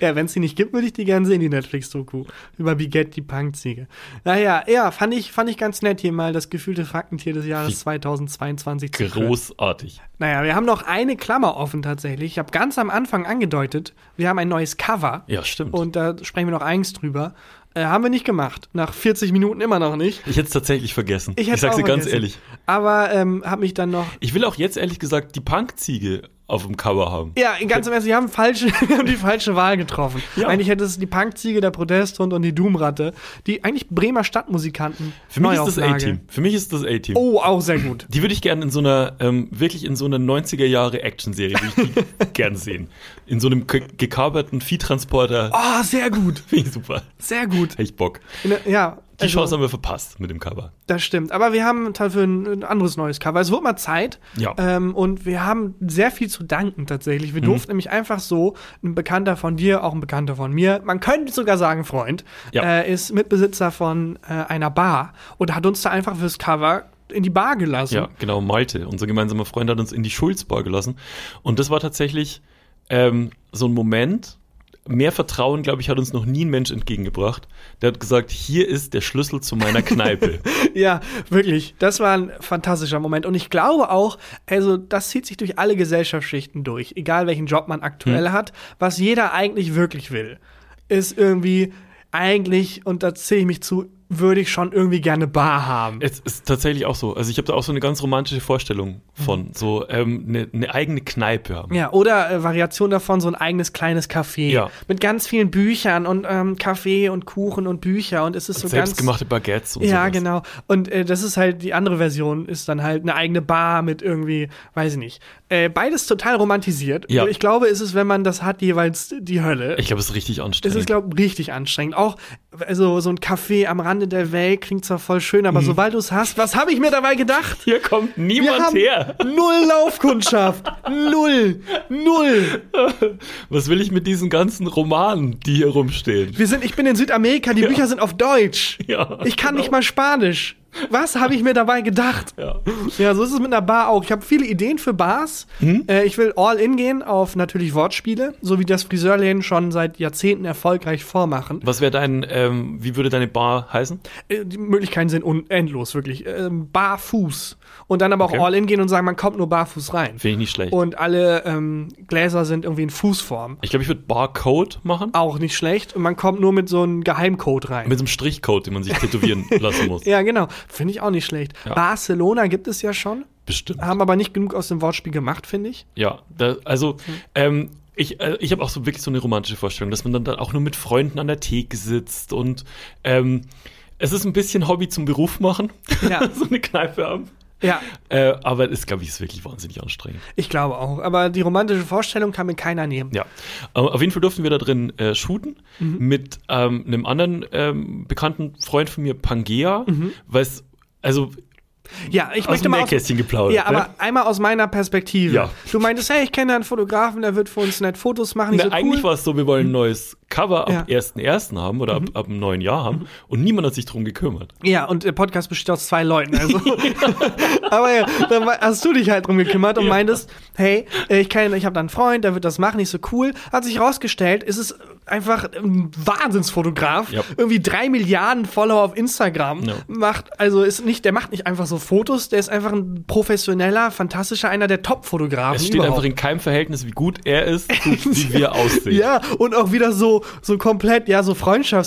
Speaker 2: Ja, wenn es die nicht gibt, würde ich die gerne sehen, die Netflix-Doku. Über Bigette, die Punkziege. Naja, ja, fand ich, fand ich ganz nett, hier mal das gefühlte Faktentier des Jahres 2022 zu hören.
Speaker 3: Großartig.
Speaker 2: Naja, wir haben noch eine Klammer offen tatsächlich. Ich habe ganz am Anfang angedeutet, wir haben ein neues Cover.
Speaker 3: Ja, stimmt.
Speaker 2: Und da sprechen wir noch eins drüber. Äh, haben wir nicht gemacht. Nach 40 Minuten immer noch nicht.
Speaker 3: ich hätte es tatsächlich vergessen. Ich,
Speaker 2: hätte
Speaker 3: sag's dir
Speaker 2: auch
Speaker 3: ganz
Speaker 2: vergessen.
Speaker 3: ehrlich.
Speaker 2: Aber ähm, habe mich dann noch.
Speaker 3: Ich will auch jetzt ehrlich gesagt die Punkziege auf dem Cover haben.
Speaker 2: Ja, ganz im Ernst, wir haben, falsche, wir haben die falsche Wahl getroffen.
Speaker 3: Ja.
Speaker 2: Eigentlich hätte es die Punkziege, der Protesthund und die Doomratte, die eigentlich Bremer Stadtmusikanten.
Speaker 3: Für mich ist das
Speaker 2: Neuauflage.
Speaker 3: A-Team. Für mich ist das A-Team.
Speaker 2: Oh, auch sehr gut.
Speaker 3: Die würde ich gerne in so einer, ähm, wirklich in so einer 90er Jahre Action-Serie würde ich die gern sehen. In so einem ge- gekaperten Viehtransporter.
Speaker 2: Oh, sehr gut.
Speaker 3: Finde ich super.
Speaker 2: Sehr gut.
Speaker 3: Hätte ich Bock.
Speaker 2: In der- Ja. also,
Speaker 3: Die Chance haben wir verpasst mit dem Cover.
Speaker 2: Das stimmt. Aber wir haben dafür ein, ein anderes neues Cover. Es wurde mal Zeit.
Speaker 3: Ja. Mhm.
Speaker 2: Ähm, und wir haben sehr viel zu danken tatsächlich. Wir durften nämlich einfach so, ein Bekannter von dir, auch ein Bekannter von mir, man könnte sogar sagen Freund,
Speaker 3: Ja.
Speaker 2: äh, ist Mitbesitzer von äh, einer Bar und hat uns da einfach fürs Cover in die Bar gelassen.
Speaker 3: Ja, genau, Malte, unser gemeinsamer Freund, hat uns in die Schulzbar gelassen. Und das war tatsächlich ähm, so ein Moment. Mehr Vertrauen, glaube ich, hat uns noch nie ein Mensch entgegengebracht. Der hat gesagt, hier ist der Schlüssel zu meiner Kneipe.
Speaker 2: Ja, wirklich. Das war ein fantastischer Moment. Und ich glaube auch, also das zieht sich durch alle Gesellschaftsschichten durch, egal welchen Job man aktuell
Speaker 3: Hm.
Speaker 2: hat, was jeder eigentlich wirklich will, ist irgendwie eigentlich, und da zähle ich mich zu, würde ich schon irgendwie gerne Bar haben.
Speaker 3: Es ist tatsächlich auch so. Also ich habe da auch so eine ganz romantische Vorstellung von. So ähm, eine, eine eigene Kneipe haben.
Speaker 2: Mhm. Ja, oder äh, Variation davon, so ein eigenes kleines Café.
Speaker 3: Ja.
Speaker 2: Mit ganz vielen Büchern und ähm, Kaffee und Kuchen und Bücher und es ist so ganz.
Speaker 3: Selbstgemachte Baguettes und
Speaker 2: Ja,
Speaker 3: sowas.
Speaker 2: genau. Und äh, das ist halt die andere Version, ist dann halt eine eigene Bar mit irgendwie, weiß ich nicht. Äh, beides total romantisiert.
Speaker 3: Ja.
Speaker 2: Ich glaube, ist es, wenn man das hat, jeweils die Hölle.
Speaker 3: Ich glaube, es ist richtig
Speaker 2: es
Speaker 3: anstrengend.
Speaker 2: ist, glaube ich, richtig anstrengend. Auch also, so ein Café am Rande der Welt klingt zwar voll schön,
Speaker 3: Mhm.
Speaker 2: aber sobald du es hast, was habe ich mir dabei gedacht?
Speaker 3: Hier kommt
Speaker 2: Wir
Speaker 3: niemand
Speaker 2: haben
Speaker 3: her.
Speaker 2: null Laufkundschaft. null. Null.
Speaker 3: Was will ich mit diesen ganzen Romanen, die hier rumstehen?
Speaker 2: Wir sind, ich bin in Südamerika, die Bücher sind auf Deutsch.
Speaker 3: Ja, genau.
Speaker 2: ich kann nicht mal Spanisch. Was habe ich mir dabei gedacht?
Speaker 3: Ja.
Speaker 2: Ja, so ist es mit einer Bar auch. Ich habe viele Ideen für Bars.
Speaker 3: Hm?
Speaker 2: Äh, ich will all in gehen auf natürlich Wortspiele, so wie das Friseurläden schon seit Jahrzehnten erfolgreich vormachen.
Speaker 3: Was wäre dein, ähm, wie würde deine Bar heißen?
Speaker 2: Äh, die Möglichkeiten sind un- endlos, wirklich. Ähm, barfuß. Und dann aber auch
Speaker 3: Okay.
Speaker 2: all in gehen und sagen, man kommt nur barfuß rein.
Speaker 3: Finde ich nicht schlecht.
Speaker 2: Und alle ähm, Gläser sind irgendwie in Fußform.
Speaker 3: ich glaube, ich würde Barcode machen.
Speaker 2: Auch nicht schlecht. Und man kommt nur mit so einem Geheimcode rein.
Speaker 3: Mit so einem Strichcode, den man sich tätowieren lassen muss.
Speaker 2: ja, genau. Finde ich auch nicht schlecht. Barcelona gibt es ja schon,
Speaker 3: Bestimmt.
Speaker 2: haben aber nicht genug aus dem Wortspiel gemacht, finde ich.
Speaker 3: Ja, da, also
Speaker 2: Mhm.
Speaker 3: ähm, ich, äh, ich habe auch so wirklich so eine romantische Vorstellung, dass man dann, dann auch nur mit Freunden an der Theke sitzt und ähm, es ist ein bisschen Hobby zum Beruf machen,
Speaker 2: Ja.
Speaker 3: so eine Kneipe haben.
Speaker 2: Ja,
Speaker 3: Äh, aber es glaube ich ist wirklich wahnsinnig anstrengend.
Speaker 2: Ich glaube auch. Aber die romantische Vorstellung kann mir keiner nehmen.
Speaker 3: Ja, aber auf jeden Fall durften wir da drin äh, shooten
Speaker 2: Mhm.
Speaker 3: mit ähm, einem anderen ähm, bekannten Freund von mir, Pangea, weil es, also
Speaker 2: Ja, Mhm. ich
Speaker 3: Aus
Speaker 2: möchte
Speaker 3: dem
Speaker 2: mal.
Speaker 3: Nähkästchen geplaudert,
Speaker 2: Ja, aber
Speaker 3: ne?
Speaker 2: einmal aus meiner Perspektive.
Speaker 3: Ja.
Speaker 2: Du meintest, hey, ich kenne da einen Fotografen, der wird für uns nett Fotos machen.
Speaker 3: Na,
Speaker 2: Die so
Speaker 3: Ne, eigentlich
Speaker 2: cool. Mhm.
Speaker 3: war es so, wir wollen ein neues Cover ab
Speaker 2: Ja. Mhm.
Speaker 3: 1.1. haben oder ab, ab dem neuen Jahr haben und niemand hat sich drum gekümmert.
Speaker 2: Ja, und der Podcast besteht aus zwei Leuten. Also. Aber ja, dann war- hast du dich halt drum gekümmert und meintest, hey, äh, ich, kenn- ich habe da einen Freund, der wird das machen, nicht so cool. Hat sich rausgestellt, ist es einfach ein Wahnsinnsfotograf.
Speaker 3: Ja.
Speaker 2: Irgendwie drei Milliarden Follower auf Instagram.
Speaker 3: Ja.
Speaker 2: Macht, also ist nicht, der macht nicht einfach so Fotos, der ist einfach ein professioneller, fantastischer, einer der Top-Fotografen.
Speaker 3: Es steht
Speaker 2: überhaupt.
Speaker 3: einfach in keinem Verhältnis, wie gut er ist, zu wie wir aussehen.
Speaker 2: Ja, und auch wieder so, so komplett, ja, so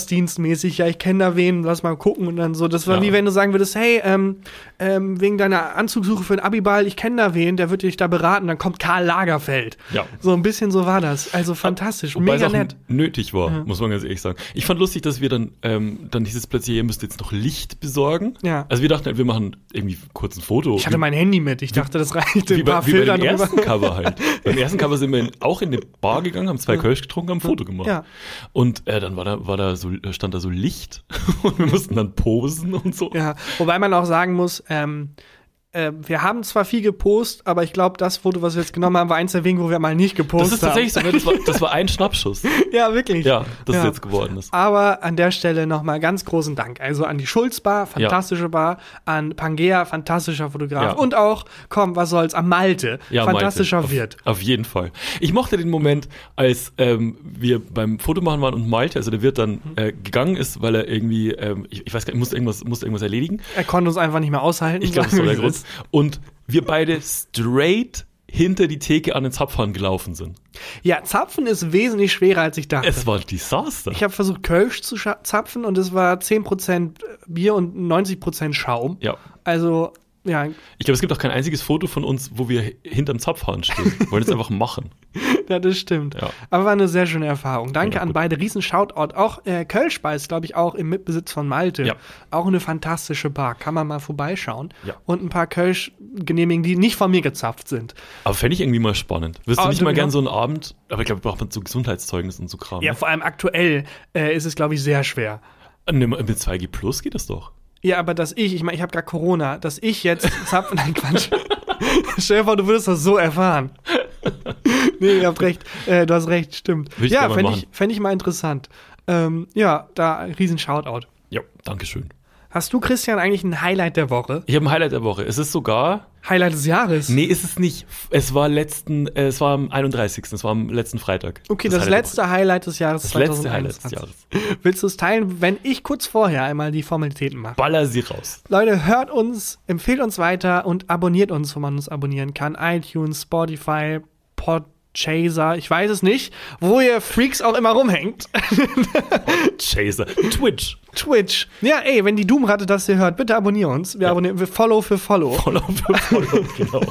Speaker 2: freundschaftsdienstmäßig, ja, ich kenne da wen, lass mal gucken und dann so. Das war
Speaker 3: Ja.
Speaker 2: wie wenn du sagen würdest, hey, ähm, ähm, wegen deiner Anzugssuche für den Abiball, ich kenne da wen, der wird dich da beraten, dann kommt Karl Lagerfeld.
Speaker 3: Ja.
Speaker 2: So ein bisschen so war das. Also fantastisch,
Speaker 3: Wobei
Speaker 2: mega
Speaker 3: es auch
Speaker 2: nett.
Speaker 3: nötig war, muss man ganz ehrlich sagen. Ich fand lustig, dass wir dann, ähm, dann hieß es plötzlich, ihr müsst jetzt noch Licht besorgen.
Speaker 2: Ja.
Speaker 3: Also wir dachten, halt, wir machen irgendwie kurz ein Foto.
Speaker 2: Ich hatte mein Handy mit, ich dachte, das reicht.
Speaker 3: wie
Speaker 2: Ein
Speaker 3: bei,
Speaker 2: paar
Speaker 3: wie bei
Speaker 2: Filter
Speaker 3: dem
Speaker 2: drüber.
Speaker 3: ersten Cover halt. Beim ersten Cover sind wir in, auch in eine Bar gegangen, haben zwei Kölsch getrunken, haben ein Foto gemacht.
Speaker 2: Ja.
Speaker 3: Und äh, dann war da, war da so, stand da so Licht und wir mussten dann posen und so.
Speaker 2: Ja, wobei man auch sagen muss, ähm, äh, wir haben zwar viel gepostet, aber ich glaube, das Foto, was wir jetzt genommen haben, war eins der wenigen, wo wir mal nicht gepostet haben.
Speaker 3: Das ist tatsächlich so, ne? das war, das war ein Schnappschuss.
Speaker 2: Ja, wirklich.
Speaker 3: Ja, das
Speaker 2: Ja.
Speaker 3: jetzt geworden ist.
Speaker 2: Aber an der Stelle nochmal ganz großen Dank. Also an die Schulz Bar, fantastische Bar, an Pangea, fantastischer Fotograf
Speaker 3: Ja.
Speaker 2: und auch, komm, was soll's, am Malte,
Speaker 3: meinte
Speaker 2: fantastischer
Speaker 3: ich.
Speaker 2: Wirt.
Speaker 3: Auf, auf jeden Fall. Ich mochte den Moment, als ähm, wir beim Fotomachen waren und Malte, also der Wirt
Speaker 2: Mhm.
Speaker 3: dann äh, gegangen ist, weil er irgendwie, ähm, ich, ich weiß gar nicht, musste irgendwas, musste irgendwas erledigen.
Speaker 2: Er konnte uns einfach nicht mehr aushalten.
Speaker 3: Ich glaube, das war
Speaker 2: sagen
Speaker 3: der
Speaker 2: wir, wie
Speaker 3: Grund.
Speaker 2: es ist.
Speaker 3: Und wir beide straight hinter die Theke an den Zapfhahn gelaufen sind.
Speaker 2: Ja, Zapfen ist wesentlich schwerer, als ich dachte.
Speaker 3: Es war ein Desaster.
Speaker 2: ich habe versucht, Kölsch zu scha- zapfen und es war 10% Bier und 90% Schaum.
Speaker 3: ja.
Speaker 2: Also, ja,
Speaker 3: Ich glaube, es gibt auch kein einziges Foto von uns, wo wir h- hinterm Zapfhahn stehen. Wir wollen es einfach machen.
Speaker 2: Ja, das stimmt.
Speaker 3: Ja.
Speaker 2: Aber war eine sehr schöne Erfahrung. Danke
Speaker 3: Ja,
Speaker 2: an
Speaker 3: gut.
Speaker 2: beide. Riesen Shoutout. Auch äh, Kölschbeiß, glaube ich, auch im Mitbesitz von Malte.
Speaker 3: Ja.
Speaker 2: Auch eine fantastische Bar. Kann man mal vorbeischauen.
Speaker 3: Ja.
Speaker 2: Und ein paar Kölsch genehmigen, die nicht von mir gezapft sind.
Speaker 3: Aber fände ich irgendwie mal spannend. Wirst du
Speaker 2: Ah,
Speaker 3: nicht
Speaker 2: du-
Speaker 3: mal gern
Speaker 2: ja.
Speaker 3: so einen Abend, aber ich glaube, braucht man so Gesundheitszeugnis und so Kram.
Speaker 2: Ja,
Speaker 3: ne?
Speaker 2: vor allem aktuell äh, ist es, glaube ich, sehr schwer.
Speaker 3: Ne, Mit 2G Plus geht das doch.
Speaker 2: Ja, aber dass ich, ich meine, ich habe gerade Corona, dass ich jetzt zapfen, nein, Quatsch. Stell dir vor, du würdest das so erfahren. nee, ihr habt recht. Äh, du hast recht, stimmt.
Speaker 3: Würde ich
Speaker 2: ja,
Speaker 3: gerne mal
Speaker 2: fände ich,
Speaker 3: machen.
Speaker 2: fänd ich mal interessant. Ähm, ja, da riesen Shoutout.
Speaker 3: Ja, Dankeschön.
Speaker 2: Hast du, Christian, eigentlich ein Highlight der Woche?
Speaker 3: Ich habe ein Highlight der Woche. Es ist sogar.
Speaker 2: Highlight des Jahres?
Speaker 3: Nee, ist es nicht. Es war letzten, äh, es war am 31. Es war am letzten Freitag.
Speaker 2: Okay, das,
Speaker 3: Highlight
Speaker 2: letzte Highlight des Jahres
Speaker 3: der Woche. Das letzte Highlight des Jahres.
Speaker 2: Willst du es teilen, wenn ich kurz vorher einmal die Formalitäten mache?
Speaker 3: Baller sie raus.
Speaker 2: Leute, hört uns, empfehlt uns weiter und abonniert uns, wo man uns abonnieren kann. iTunes, Spotify, Podchaser, ich weiß es nicht, wo ihr Freaks auch immer rumhängt.
Speaker 3: Chaser. Twitch.
Speaker 2: Twitch. Ja, ey, wenn die Doom-Ratte das hier hört, bitte abonniert uns. Wir abonnieren, wir Follow für Follow.
Speaker 3: Follow für Follow, genau.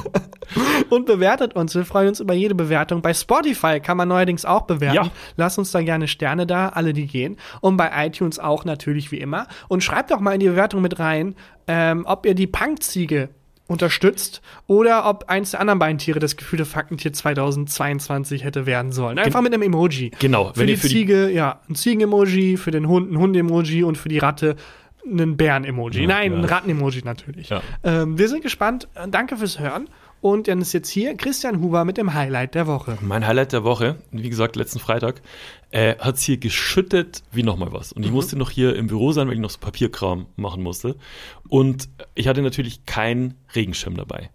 Speaker 2: und bewertet uns. Wir freuen uns über jede Bewertung. Bei Spotify kann man neuerdings auch bewerten.
Speaker 3: Ja.
Speaker 2: Lasst uns da gerne Sterne da, alle die gehen. Und bei iTunes auch natürlich wie immer. Und schreibt doch mal in die Bewertung mit rein, ähm, ob ihr die Punkziege unterstützt oder ob eins der anderen beiden Tiere das gefühlte Faktentier 2022 hätte werden sollen. Einfach mit einem Emoji.
Speaker 3: Genau,
Speaker 2: Für
Speaker 3: wenn
Speaker 2: die
Speaker 3: ihr für die-
Speaker 2: Ziege, ja, ein Ziegen-Emoji, für den Hund ein Hund-Emoji und für die Ratte einen Bären-Emoji. Nein,
Speaker 3: ja.
Speaker 2: ein Ratten-Emoji natürlich.
Speaker 3: Ja.
Speaker 2: Ähm, wir sind gespannt. Äh, Danke fürs Hören. Und dann ist jetzt hier Christian Huber mit dem Highlight der Woche.
Speaker 3: Mein Highlight der Woche, wie gesagt, letzten Freitag, äh, hat es hier geschüttet wie nochmal was. Und ich musste noch hier im Büro sein, weil ich noch so Papierkram machen musste. Und ich hatte natürlich keinen Regenschirm dabei.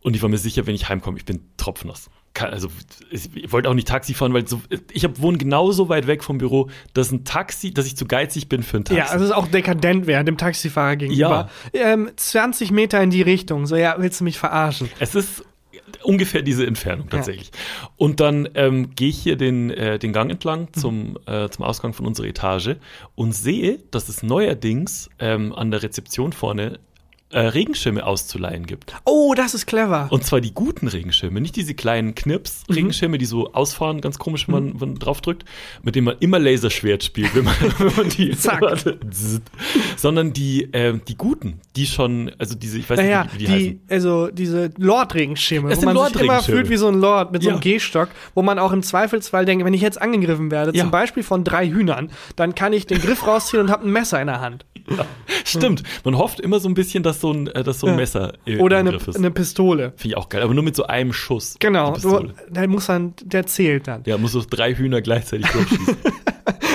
Speaker 3: Und ich war mir sicher, wenn ich heimkomme, ich bin tropfnass. Kein- Also ich wollte auch nicht Taxi fahren, weil so, ich hab, wohne genauso weit weg vom Büro, dass ein Taxi, dass ich zu geizig bin für ein Taxi.
Speaker 2: Ja, also es ist auch dekadent während dem Taxifahrer gegenüber. Ähm, 20 Meter in die Richtung. So, ja, willst du mich verarschen?
Speaker 3: Es ist ungefähr diese Entfernung tatsächlich. Und dann ähm, gehe ich hier den, äh, den Gang entlang
Speaker 2: Mhm.
Speaker 3: zum, äh, zum Ausgang von unserer Etage und sehe, dass es neuerdings ähm, an der Rezeption vorne äh, Regenschirme auszuleihen gibt.
Speaker 2: Oh, das ist clever.
Speaker 3: Und zwar die guten Regenschirme, nicht diese kleinen
Speaker 2: Mhm.
Speaker 3: Knips-Regenschirme, die so ausfahren, ganz komisch, wenn man, wenn man drauf drückt, mit denen man immer Laserschwert spielt, wenn man, wenn man die
Speaker 2: Zack.
Speaker 3: Warte. Zzzt. sondern die, äh, die guten, die schon, also diese, ich weiß
Speaker 2: naja,
Speaker 3: nicht, wie, wie die
Speaker 2: die,
Speaker 3: heißen.
Speaker 2: also diese Lord-Regenschirme,
Speaker 3: Es
Speaker 2: wo
Speaker 3: sind
Speaker 2: man sich immer
Speaker 3: Lord-Regenschirme.
Speaker 2: fühlt wie so ein Lord mit so einem
Speaker 3: Ja.
Speaker 2: Gehstock, wo man auch im Zweifelsfall denkt, wenn ich jetzt angegriffen werde,
Speaker 3: Ja.
Speaker 2: zum Beispiel von drei Hühnern, dann kann ich den Griff rausziehen und habe ein Messer in der Hand.
Speaker 3: Hm. Stimmt, man hofft immer so ein bisschen, dass so ein, äh, dass so ein Messer i-
Speaker 2: Oder
Speaker 3: im
Speaker 2: eine,
Speaker 3: Griff ist.
Speaker 2: eine Pistole.
Speaker 3: Finde ich auch geil, aber nur mit so einem Schuss.
Speaker 2: Genau,
Speaker 3: Die
Speaker 2: du,
Speaker 3: Pistole.
Speaker 2: der, muss dann, der zählt dann.
Speaker 3: Ja, musst du drei Hühner gleichzeitig durchschießen.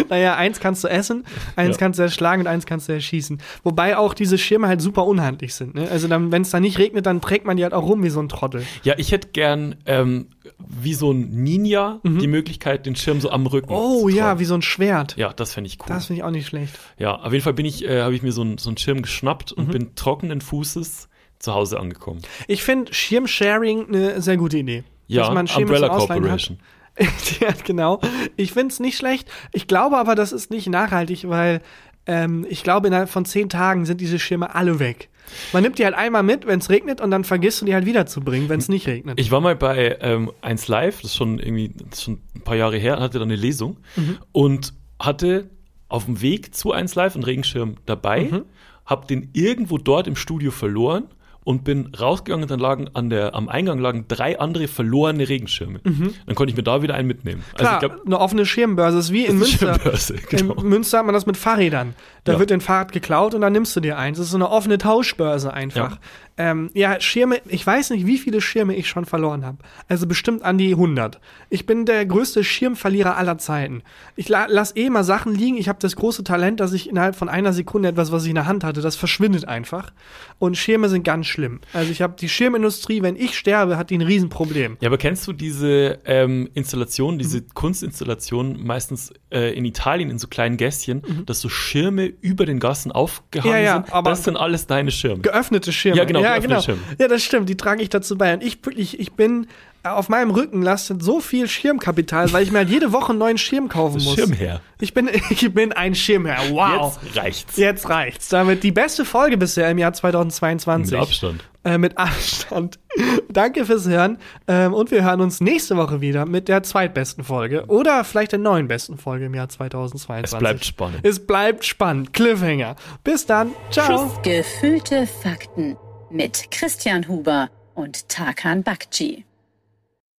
Speaker 2: Naja, eins kannst du essen, eins
Speaker 3: Ja.
Speaker 2: kannst du erschlagen und eins kannst du erschießen. Wobei auch diese Schirme halt super unhandlich sind. Ne? Also wenn es da nicht regnet, dann trägt man die halt auch rum wie so ein Trottel.
Speaker 3: ja, ich hätte gern ähm, wie so ein Ninja die Möglichkeit, den Schirm so am Rücken
Speaker 2: Oh
Speaker 3: zu
Speaker 2: ja,
Speaker 3: tragen.
Speaker 2: wie so ein Schwert.
Speaker 3: Ja, das fände ich cool.
Speaker 2: Das finde ich auch nicht schlecht.
Speaker 3: ja, auf jeden Fall bin ich, äh, habe ich mir so, ein, so einen Schirm geschnappt und bin trockenen Fußes zu Hause angekommen.
Speaker 2: Ich finde Schirmsharing eine sehr gute Idee.
Speaker 3: Ja,
Speaker 2: Dass man Schirme
Speaker 3: Umbrella
Speaker 2: zum Ausleihen
Speaker 3: Corporation.
Speaker 2: Hat. ja, genau. Ich finde es nicht schlecht. Ich glaube aber, das ist nicht nachhaltig, weil ähm, ich glaube, innerhalb von zehn Tagen sind diese Schirme alle weg. Man nimmt die halt einmal mit, wenn es regnet, und dann vergisst du die halt wiederzubringen, wenn es nicht regnet.
Speaker 3: Ich war mal bei ähm, 1 Live, das ist schon irgendwie das ist schon ein paar Jahre her, hatte dann eine Lesung
Speaker 2: Mhm.
Speaker 3: und hatte auf dem Weg zu 1 Live einen Regenschirm dabei,
Speaker 2: Mhm.
Speaker 3: hab den irgendwo dort im Studio verloren und bin rausgegangen und dann lagen an der, am Eingang lagen drei andere verlorene Regenschirme. Dann konnte ich mir da wieder einen mitnehmen.
Speaker 2: Mhm. Klar,
Speaker 3: also ich glaube,
Speaker 2: eine offene Schirmbörse ist wie in
Speaker 3: Das ist
Speaker 2: Münster.
Speaker 3: Schirmbörse, genau.
Speaker 2: In Münster hat man das mit Fahrrädern. Da
Speaker 3: Ja.
Speaker 2: wird dein Fahrrad geklaut und dann nimmst du dir eins. Das ist so eine offene Tauschbörse einfach.
Speaker 3: Ja.
Speaker 2: Ja, ähm, ja Schirme, ich weiß nicht, wie viele Schirme ich schon verloren habe. Also bestimmt an die 100. Ich bin der größte Schirmverlierer aller Zeiten. Ich la lass eh immer Sachen liegen. Ich habe das große Talent, dass ich innerhalb von einer Sekunde etwas, was ich in der Hand hatte, das verschwindet einfach. Und Schirme sind ganz schlimm. Also ich habe die Schirmindustrie, wenn ich sterbe, hat die ein Riesenproblem.
Speaker 3: ja, aber kennst du diese ähm, Installation, diese
Speaker 2: Mhm.
Speaker 3: Kunstinstallation meistens äh, in Italien in so kleinen Gässchen, dass so Schirme über den Gassen aufgehangen
Speaker 2: Mhm. Ja, ja,
Speaker 3: sind?
Speaker 2: aber-
Speaker 3: das sind alles deine Schirme.
Speaker 2: Geöffnete Schirme.
Speaker 3: Ja, genau, geöffnete Schirme.
Speaker 2: Ja, das stimmt, die trage ich dazu bei. Und ich, ich, ich bin, äh, auf meinem Rücken lastet so viel Schirmkapital, weil ich mir halt jede Woche einen neuen Schirm kaufen muss.
Speaker 3: Schirmherr.
Speaker 2: Ich bin, ich bin ein Schirmherr, wow.
Speaker 3: Jetzt reicht's.
Speaker 2: Jetzt reicht's. Damit die beste Folge bisher im Jahr 2022.
Speaker 3: Mit Abstand.
Speaker 2: Äh, mit Abstand. Danke fürs Hören. Ähm, und wir hören uns nächste Woche wieder mit der zweitbesten Folge oder vielleicht der neuen besten Folge im Jahr 2022.
Speaker 3: Es bleibt spannend.
Speaker 2: Es bleibt spannend. Cliffhanger. Bis dann. Ciao.
Speaker 1: Gefühlte Fakten mit Christian Huber und Tarkan Bakci.